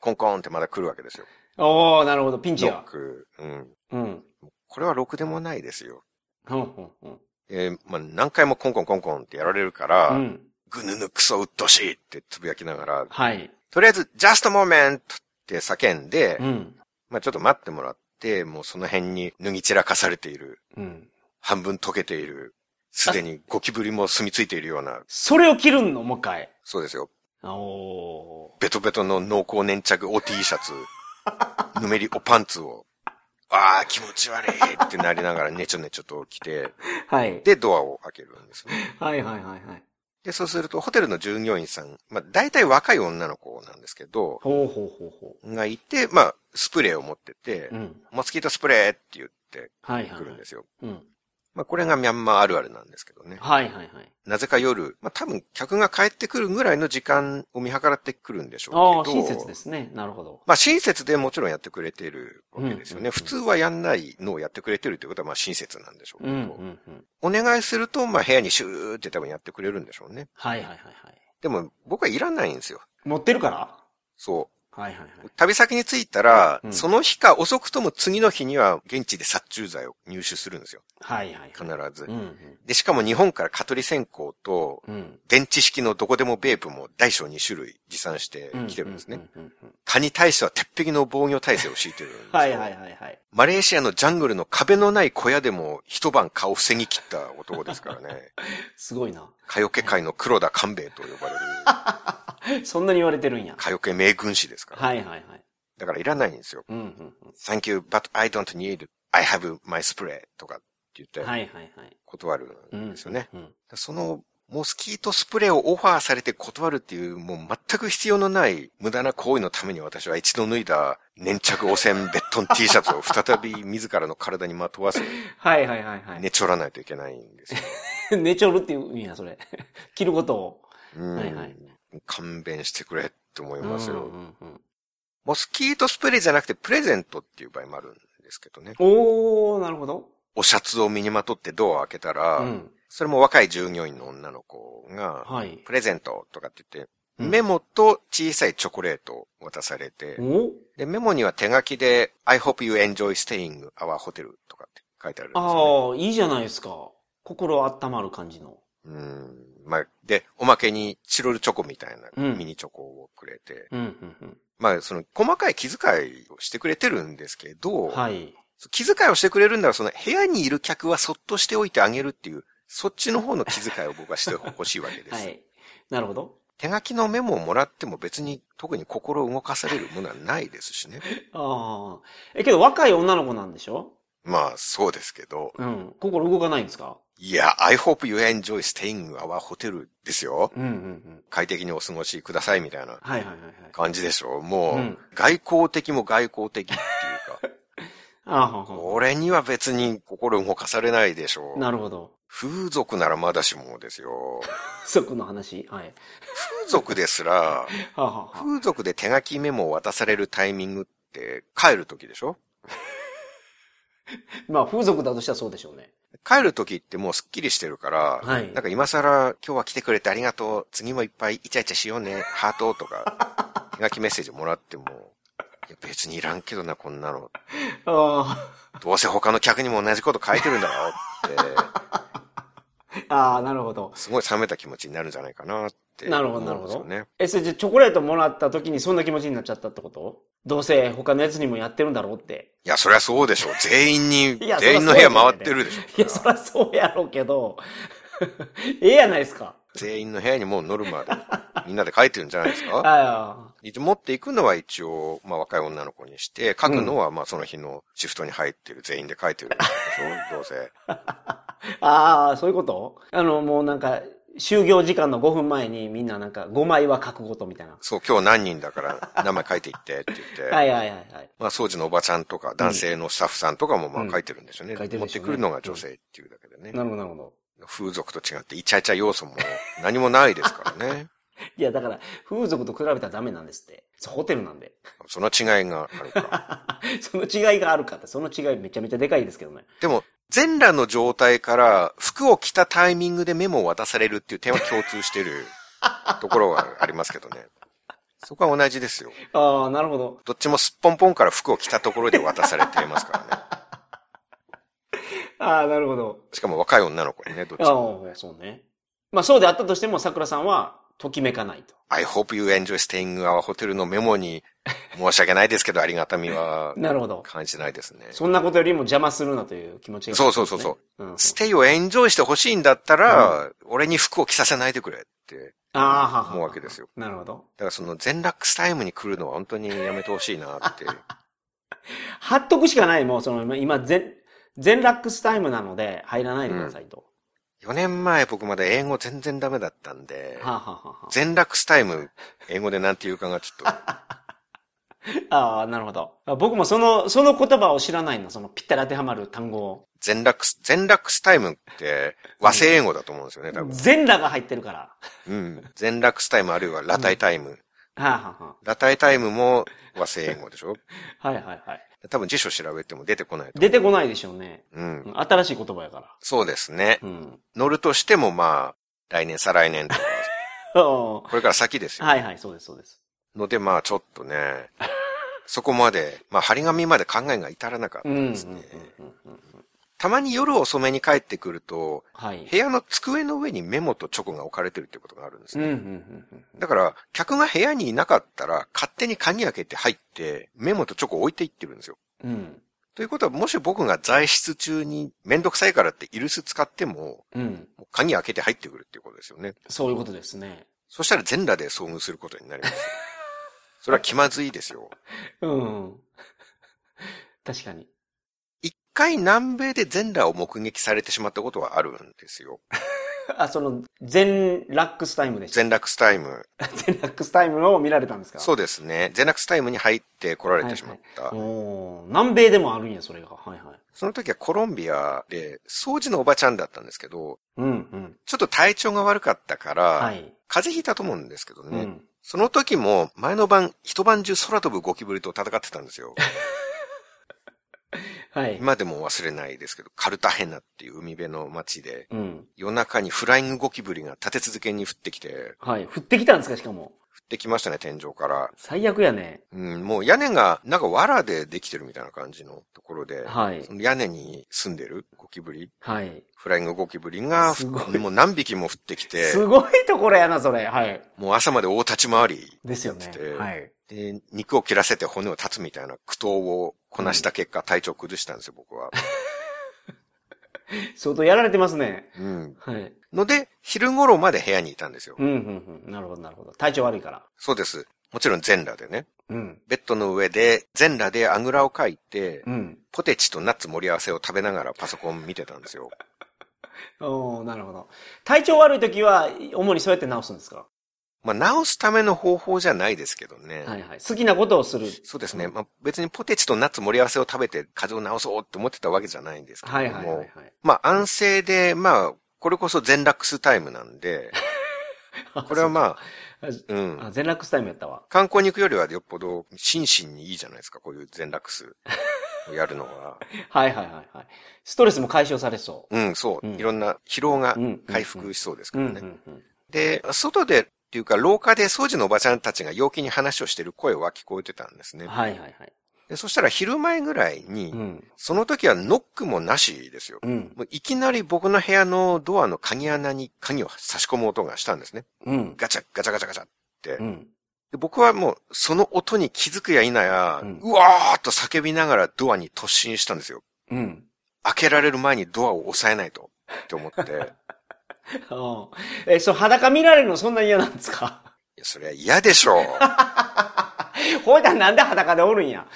コンコーンってまだ来るわけですよ。
おー、なるほど。ピンチ
ロッ
や。
ク。うん。
うん。
これはろくでもないですよ。
うん、うん、うん。
えーまあ何回もコンコンコンコンってやられるから、
うん。
ぐぬぬくそうっとしいってつぶやきながら、
はい。
とりあえず、just a moment って叫んで、
うん。
まあちょっと待ってもらって、もうその辺に脱ぎ散らかされている、
うん。
半分溶けている、すでにゴキブリも住み着いているような、
それを切るのもう一回。
そうですよ。
おー。
ベトベトの濃厚粘着 O T シャツ、 ぬめりおパンツを、ああ、気持ち悪いってなりながらねちょねちょと起きて、
はい。
で、ドアを開けるんですね。
はい、はい、はい、はい。
で、そうすると、ホテルの従業員さん、まあ、大体若い女の子なんですけど、
ほうほうほうほ
がいて、まあ、スプレーを持ってて
う。う、ん。
モスキートスプレーって言って
はい、はい。
くるんですよ。
うん。
まあ、これがミャンマーあるあるなんですけどね。
はい、はい、はい。
なぜか夜、まあ、多分客が帰ってくるぐらいの時間を見計らってくるんでしょうけ
あ
ど。
あ、親切ですね。なるほど。
まあ、親切でもちろんやってくれてるわけですよ
うん
ね。
うんうん
普通はやんないのをやってくれてるということは、まあ、親切なんでしょうけ
う
ど。
ん、うん、うん。
お願いすると、まあ、部屋にシューって多分やってくれるんでしょうね。
はい、はい、はい、はい。
でも、僕はいらないんですよ。
持ってるから
そ
はい、はい、は
う。旅先に着いたら、
うん
その日か遅くとも次の日には現地で殺虫剤を入手するんですよ。
い。はい、はい。
必ず
う。ん、うん。
で、しかも日本から蚊取り線香と、
うん。
電池式のどこでもベープも大小2種類持参してきてるんですね。
うん。うんうんうん
蚊に対しては鉄壁の防御体制を敷いてるんですよ
はいはいはいはい。
マレーシアのジャングルの壁のない小屋でも一晩蚊を防ぎ切った男ですから ね。
すごいな。
蚊よけ界の黒田官兵衛と呼ばれる
そんなに言われてるんや。
蚊よけ名軍師ですから。
はいはいはい。
だからいらないんですよ。
うんうん
Thank you, but I don't need, I have my spray とかって言っ
うん。
て
はいはいはい。
断る
うん。
んですよね。
うん。
そのモスキートスプレーをオファーされて断るっていう、もう全く必要のない無駄な行為のために私は一度脱いだ粘着汚染ベッドン T シャツを再び自らの体にまとわせ、
はいはいはいはい。
寝ちょらないといけないんですよ。
寝ちょるっていうんや、それ。 着ることを。
うん
はいはい。
勘弁してくれって思い
うんうん
ますよ。
うん
モスキートスプレーじゃなくてプレゼントっていう場合もあるんですけどね。
おー、なるほど。
おシャツを身にまとってドアを開けた
う
ら、
ん。
それも若い従業員の女の子が、
はい。
プレゼントとかって言って、
うん
メモと小さいチョコレートを渡されて、
お
で、メモには手書きで、I hope you enjoy staying our hotel とかって書いてあるんですよ、ね。
ああ、いいじゃないですか。心温まる感じの。
うん。まあ、で、おまけにチロルチョコみたいな
うん
ミニチョコをくれて、
うんうん
まあ、その細かい気遣いをしてくれてるんですけ
う
ど、
ん。はい。
気遣いをしてくれるんなら、その部屋にいる客はそっとしておいてあげるっていう、そっちの方の気遣いを僕はしてほしいわけで す。
はい。なるほど。
手書きのメモをもらっても別に特に心を動かされるものはないですしね。
ああ。え、けど若い女の子なんでしょ
まあ、そうですけど。
うん。心動かないんですか
いや、I hope you enjoy staying our hotel ですよ。
うんうんうん。
快適にお過ごしくださいみたいな
はいはいはいはい。
感じでしょ。もう、
うん
外交的も外交的 っていうか、
ああ、はんはん
俺には別に心動かされないでしょう。
なるほど。
風俗ならまだしもですよ。
そこの話。はい。
風俗で すら、
はあ、はあはあ、
風俗で手書きメモを渡されるタイミングって帰る時でしょ
まあ、風俗だとしたらそうでしょうね。
帰る時ってもうすっきりしてるから、
はい
なんか今更今日は来てくれてありがとう、次もいっぱいイチャイチャしようね、ハートとか、手書きメッセージもらっても、いや別にいらんけどな、こんなの。
あ
どうせ他の客にも同じこと書いてるんだろうって、
あ、ああ、なるほど。
すごい冷めた気持ちになるんじゃないかなって
なるほ
思
ど、なる
う
ほ
んですよ
ど
ね。。
え、それじゃあチョコレートもらった時にそんな気持ちになっちゃったってことどうせ他のやつにもやってるんだろうって。
いや、そりゃそうでしょ。全員に、
いや
全員の部屋回ってるでしょ。
いや、そりゃそうやろうけど、 ええやないですか。
全員の部屋にもうノルマで、みんなで書いてるんじゃないで すか
あ
一応持っていくのは一応、まあ若い女の子にして、書くのはまあその日のシフトに入ってる、全員で書いてるでしょどうせ。
あ、ああ、そういうことあの、もうなんか、就業時間の5分前にみんななんか5枚は書くことみたいな。
そう、今日何人 だから名前書いていってって言って。
はいはいはいはい。
まあ掃除のおばちゃんとか男性のスタッフさんとかもま
うん
あ書いてるんですよね。
書いてる
持
で
っ
しょ
て
うね
くるのが女性っていうだけでね。
なるほどなるほど。
風俗と違ってイチャイチャ要素も何もないですからね。
いや、だから、風俗と比べたらダメなんですって。そうホテルなんで。
その違いがあるから。
その違いがあるかって、その違いめちゃめちゃでかいですけどね。
でも、全裸の状態から服を着たタイミングでメモを渡されるっていう点は共通して るところはありますけどね。そこは同じですよ。
ああ、なるほど。
どっちもすっぽんぽんから服を着たところで渡されていますからね。
ああ、なるほど。
しかも若い女の子にね、どっち
あ
も。
あ、そうね。まあそうであったとしても、桜さんは、ときめかないと。
I hope you enjoy staying in our hotel のメモに、申し訳ないですけど、ありがたみは
なるほど。
感じないですね。
そんなことよりも邪魔するなという気持ちが、。
そうそうそうそう
うん、
ステイをエンジョイしてほしいんだったら、俺に服を着させないでくれって。
ああ、はは
思うわけですよ。
なるほど。
だからその全楽タイムに来るのは本当にやめてほしいな って。
貼っとくしかない、もう、その、今、全、全ラックスタイムなので、入らないでくださいと。
4年前僕まだ英語全然ダメだったんで、
はあ、はあはあは
全楽タイム、英語でなんて言うかがちょっ
あ、ああ、なるほど。僕もその、その言葉を知らないの、そのぴったり当てはまる単語を。
と、全楽、全楽タイムって和製英語だと思うんですよね、多分。
全裸が入ってるから。
うん。全楽タイムあるいはラタイタイム。
はあ、はあは
ラタイタイムも和製英語でしょ
あ、はいはいはい。
多分辞書調べても出てこないと
出てこないでしょうね。
うん。
新しい言葉やか
そうですね。
ら。うん。
乗るとしてもまあ、来年、再来年とか、
おー
これから先ですよ。
はいはい、そうです、そうです。
のでまあちょっとね、 そこまで、まあ張り紙まで考えが至らなかった
うん、うん、うんん
ですね。、
うんうん。
たまに夜遅めに帰ってくると、
はい。
部屋の机の上にメモとチョコが置かれてるってことがあるんです
うん、うん、
ね。
うんうん。
だから、客が部屋にいなかったら、勝手に鍵開けて入って、メモとチョコ置いていってるんですよ。
うん。
ということは、もし僕が在室中にめんどくさいからってイルス使っても、
うん。
もう鍵開けて入ってくるっていうことですよね。
そういうことですね。
そしたら全裸で遭遇することになります。それは気まずいですよ。
うん。確かに。
一回南米で全裸を目撃されてしまったことはあるんですよ。
あ、その、全ラックスタイムでした。
全落スタイム。
全ラックスタイムを見られたんですか
そうですね。全落スタイムに入って来られてしまった。
おー南米でもあるんや、それが。はいはい。
その時はコロンビアで、掃除のおばちゃんだったんですけど、
うん、うん。
ちょっと体調が悪かったから、
はい。
風邪ひいたと思うんですけど
う
ね。
ん。
その時も前の晩、一晩中空飛ぶゴキブリと戦ってたんですよ。
はい。
今でも忘れないですけど、カルタヘナっていう海辺の街で、
うん。
夜中にフライングゴキブリが立て続けに降ってきて、
はい。降ってきたんですか、しかも。
降ってきましたね、天井から。
最悪やね。
うん、もう屋根が、なんか藁でできてるみたいな感じのところで、
はい
そ。の屋根に住んでるゴキブリ、
はい。
フライングゴキブリが、
すご
もう何匹も降ってきて、
すごいところやな、それ。はい。
もう朝まで大立ち回り、
ですよね
して。
はい。
で、肉を切らせて骨を断つみたいな苦闘をこなした結果、体調を崩したんですよ、僕は。
相当やられてますね。
うん。
はい。
ので、昼頃まで部屋にいたんですよ。
うん、うん、うん。なるほど、なるほど。体調悪いから。
そうです。もちろん全裸でね。
うん。
ベッドの上で、全裸であぐらをかいて、
うん。
ポテチとナッツ盛り合わせを食べながらパソコン見てたんですよ。
おーなるほど。体調悪い時は、主にそうやって治すんですか
まあ、直すための方法じゃないですけどね。
はいはい。好きなことをする。
そうですね。まあ、別にポテチとナッツ盛り合わせを食べて風邪を直そうって思ってたわけじゃないんですけども。
はいはいはいはい。
まあ、安静で、まあ、これこそ全楽スタイムなんで、 これはま
あ、
あう
あ、
ん。
全楽スタイムやったわ。
観光に行くよりはよっぽど心身にいいじゃないですか、こういう全楽スをやるの は。
はいはいはいはい。ストレスも解消されそ
うん、そう。
うん
いろんな疲労が
う。うん。
回復しそうですか
うん。
ら
う
ね。
んうんうん。
で、外でっていうか、廊下で掃除のおばちゃんたちが陽気に話をしてる声は聞こえてたんですね。
はいはいはい。
でそしたら昼前ぐらいに、
うん。
その時はノックもなしですよ。
うん。
もういきなり僕の部屋のドアの鍵穴に鍵を差し込む音がしたんですね。
うん。
ガチャガチャガチャガチャって。
うん。
で僕はもうその音に気づくや否や、
う
うんわーっと叫びながらドアに突進したんですよ。
うん。
開けられる前にドアを押さえないと。って思 って。いや
うんえ、そう、裸見られるのそんな嫌なんですか
そりゃ嫌でしょう。
ほいだなんで裸でおるんや。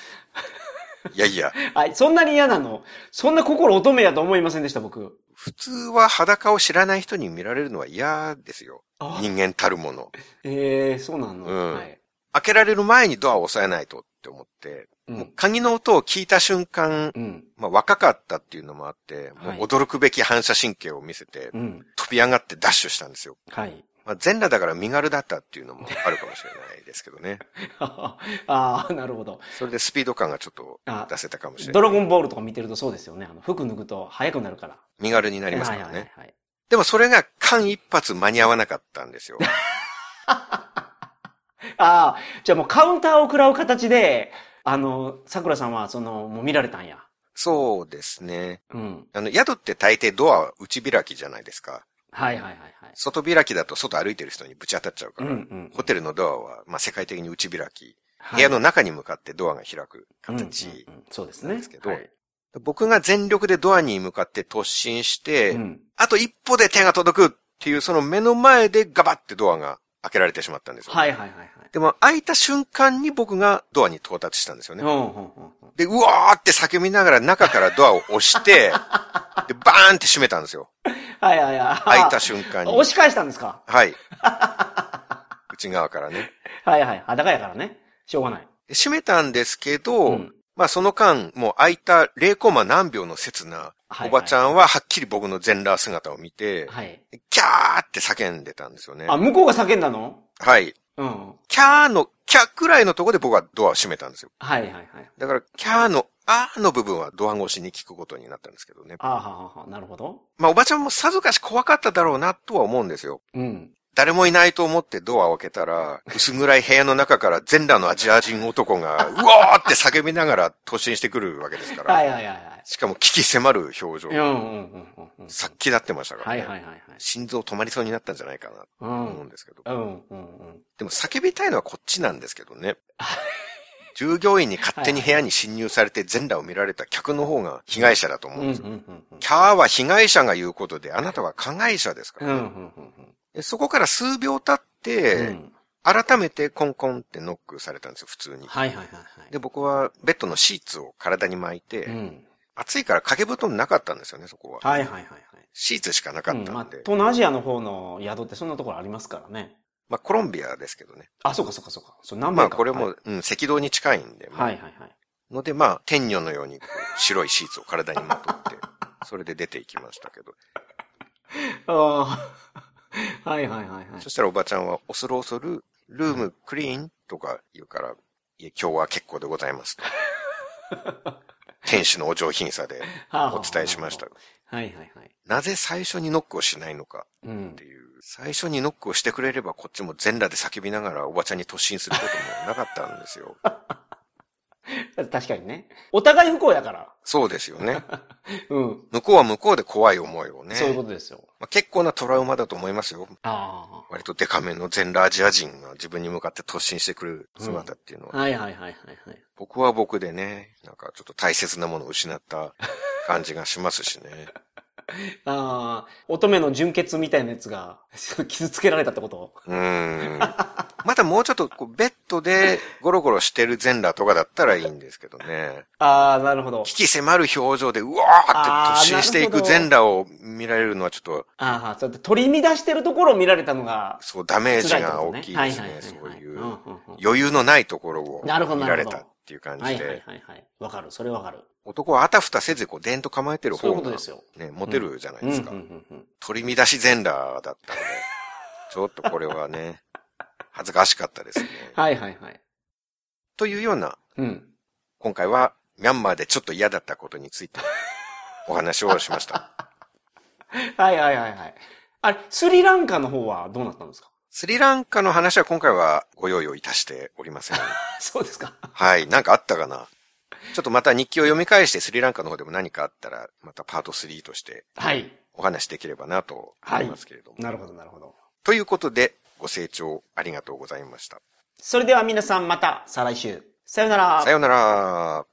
いやいや。
あ、そんなに嫌なのそんな心乙女やと思いませんでした、僕。
普通は裸を知らない人に見られるのは嫌ですよ。
あ
人間たるもの。
ええそうなの、
うん
はい。
開けられる前にドアを押さえないとって思って、
う。
もうん鍵の音を聞いた瞬間、
うん。
まあ若かったっていうのもあって、
はい
もう驚くべき反射神経を見せて、
うん。
飛び上がってダッシュしたんですよ。
はい。
まあ、全裸だから身軽だったっていうのもあるかもしれないですけどね。
ああ、なるほど。
それでスピード感がちょっと出せたかもしれない。
ドラゴンボールとか見てるとそうですよね。あの服脱ぐと速くなるから。
身軽になりますからね。
はいはいはいはい、
でもそれが間一発間に合わなかったんですよ。
ああ、じゃあもうカウンターを食らう形で、あの、桜さんはその、もう見られたんや。
そうですね。
うん。
あの、宿って大抵ドア内開きじゃないですか。
はいはいはいはい。
外開きだと外歩いてる人にぶち当たっちゃうか
うん
ら。
うん。
ホテルのドアは、まあ、世界的に内開き。
はい
部屋の中に向かってドアが開く形。
うんうんうんそうです
な
ね。
んですけど
はい
僕が全力でドアに向かって突進して、
うん。
あと一歩で手が届くっていう、その目の前でガバってドアが開けられてしまったんですよ、
はいはいはいはい。
でも開いた瞬間に僕がドアに到達したんですよ
うん
ね。
うんうんうん。
で、うわーって叫びながら中からドアを 押して、で、バーンって閉めたんですよ。
はいはいはい。
開いた瞬間 に
押。し返したんですか
はい。 内側からね。
はいはい。裸やからね。しょうがない。
で閉めたんですけど、
うん
まあその間、もう開いた0コマ何秒の刹那、
はいはい
おばちゃんははっきり僕の全裸姿を見て、
はい。
キャーって叫んでたんですよね。
あ、向こうが叫んだの
はい。
うん。はい
キャーの、キャーくらいのところで僕はドアを閉めたんですよ。
はいはい。
だから、キャーの、あーの部分はドア越しに聞くことになったんですけどね。
あーはーはーはーなるほど。
まあ、おばちゃんもさぞかし怖かっただろうなとは思うんですよ。
うん。
誰もいないと思ってドアを開けたら、薄暗い部屋の中から全裸のアジア人男が、うわーって叫びながら突進してくるわけですか
はい
ら、
はいはいはい。
しかも危機迫る表情
うん、うんうんうんうん。
さっきだってましたから、
はい
ね
はいはいはい。
心臓止まりそうになったんじゃないかな
う
と思うん
ん。
ですけど。
うんうんうん。
でも叫びたいのはこっちなんですけどね。従業員に勝手に部屋に侵入されて全裸を見られた客の方が被害者だと思
う
う
うん
ん
う
んで
ん
すよ。
うんうん。
キャーは被害者が言うことで、あなたは加害者ですか
う
ら
んう
ね、
んうん
でそこから数秒経っ
うん。う
て、
ん
改めてコンコンってノックされたんですよ、普通に。
はいはいはいは
で、僕はベッドのシーツを体に巻いて、
い。うん。
暑いから掛け布団なかったんですよね、そこは。
はいはいはいはい。
シーツしかなかったん
う
で。
んまあ、
ま
東南アジアの方の宿ってそんなところありますからね。
あ、コロンビアですけどね。
あ、そうかそうかそうか。そう、何
ま
枚
あ、
か。
これ
は
も
い、
うん、赤道に近いんで、まあ
はいはいはい。
ので、まあ、天女のようにこう白いシーツを体にまとって、 それで出ていきましたけど。
ああ。 はいはいはいはい
そ。したらおばちゃんは恐る恐る、ルームクリーンとか言うから、いや、今日は結構でござ いますと。天使のお上品さで
はあ
お伝えしました。。
はいはいはい。
なぜ最初にノックをしないのか
うん
って。いう。最初にノックをしてくれればこっちも全裸で叫びながらおばちゃんに突進することもなかったんで すよ。
確かにね。お互い不幸やから。
そうですよね。
うん。
向こうは向こうで怖い思いをね。
そういうことですよ。
まあ、結構なトラウマだと思いますよ。
あ
割とデカめの全裸アジア人が自分に向かって突進してくる姿っていうのは、
あ。はいはいはいはいはい。
僕は僕でね、なんかちょっと大切なものを失った感じがしますしね。
ああ、乙女の純血みたいなやつが 傷つけられたってこと
う ーん。まだもうちょっとこうベッドでゴロゴロしてる全裸とかだったらいいんですけどね。
ああ、なるほど。
危機迫る表情でうわーって突進してい
あーなるほ
く
ど
全裸を見られるのはちょっと、
ああ、そうやって取り乱してるところを見られたのが
そうダメージ
辛いって
が
こと
大
ね。
きいですね。
は
そ
は
う
はは
いううん
うんうん
余裕のないところを見
なるほど
られたっていう感じ
はいはいは
で
い、はい。わかる、それわかる。
男はあたふたせずこうデンと構えてる
そういう
方
こと
が
ですよ。
ね、モテるじゃない
うん
で
うん
すか。
うんうん。
取り乱し全裸だったので、ちょっとこれはね、 恥ずかしかったですね。
はいはいはい。
というような、
うん。
今回はミャンマーでちょっと嫌だったことについてお話をし ました。
はいはいはいはい。あれ、スリランカの方はどうなったんですか
スリランカの話は今回はご用意をいたしておりません。
そうですか。
はい、なんかあったかなちょっとまた日記を読み返してスリランカの方でも何かあったら、またパート3として
はい。
お話しできればなと思いますけれども。
なるほどなるほど。
ということで、ご清聴ありがとうございました。
それでは皆さんまた、再来週。さよなら
さ。ようなら。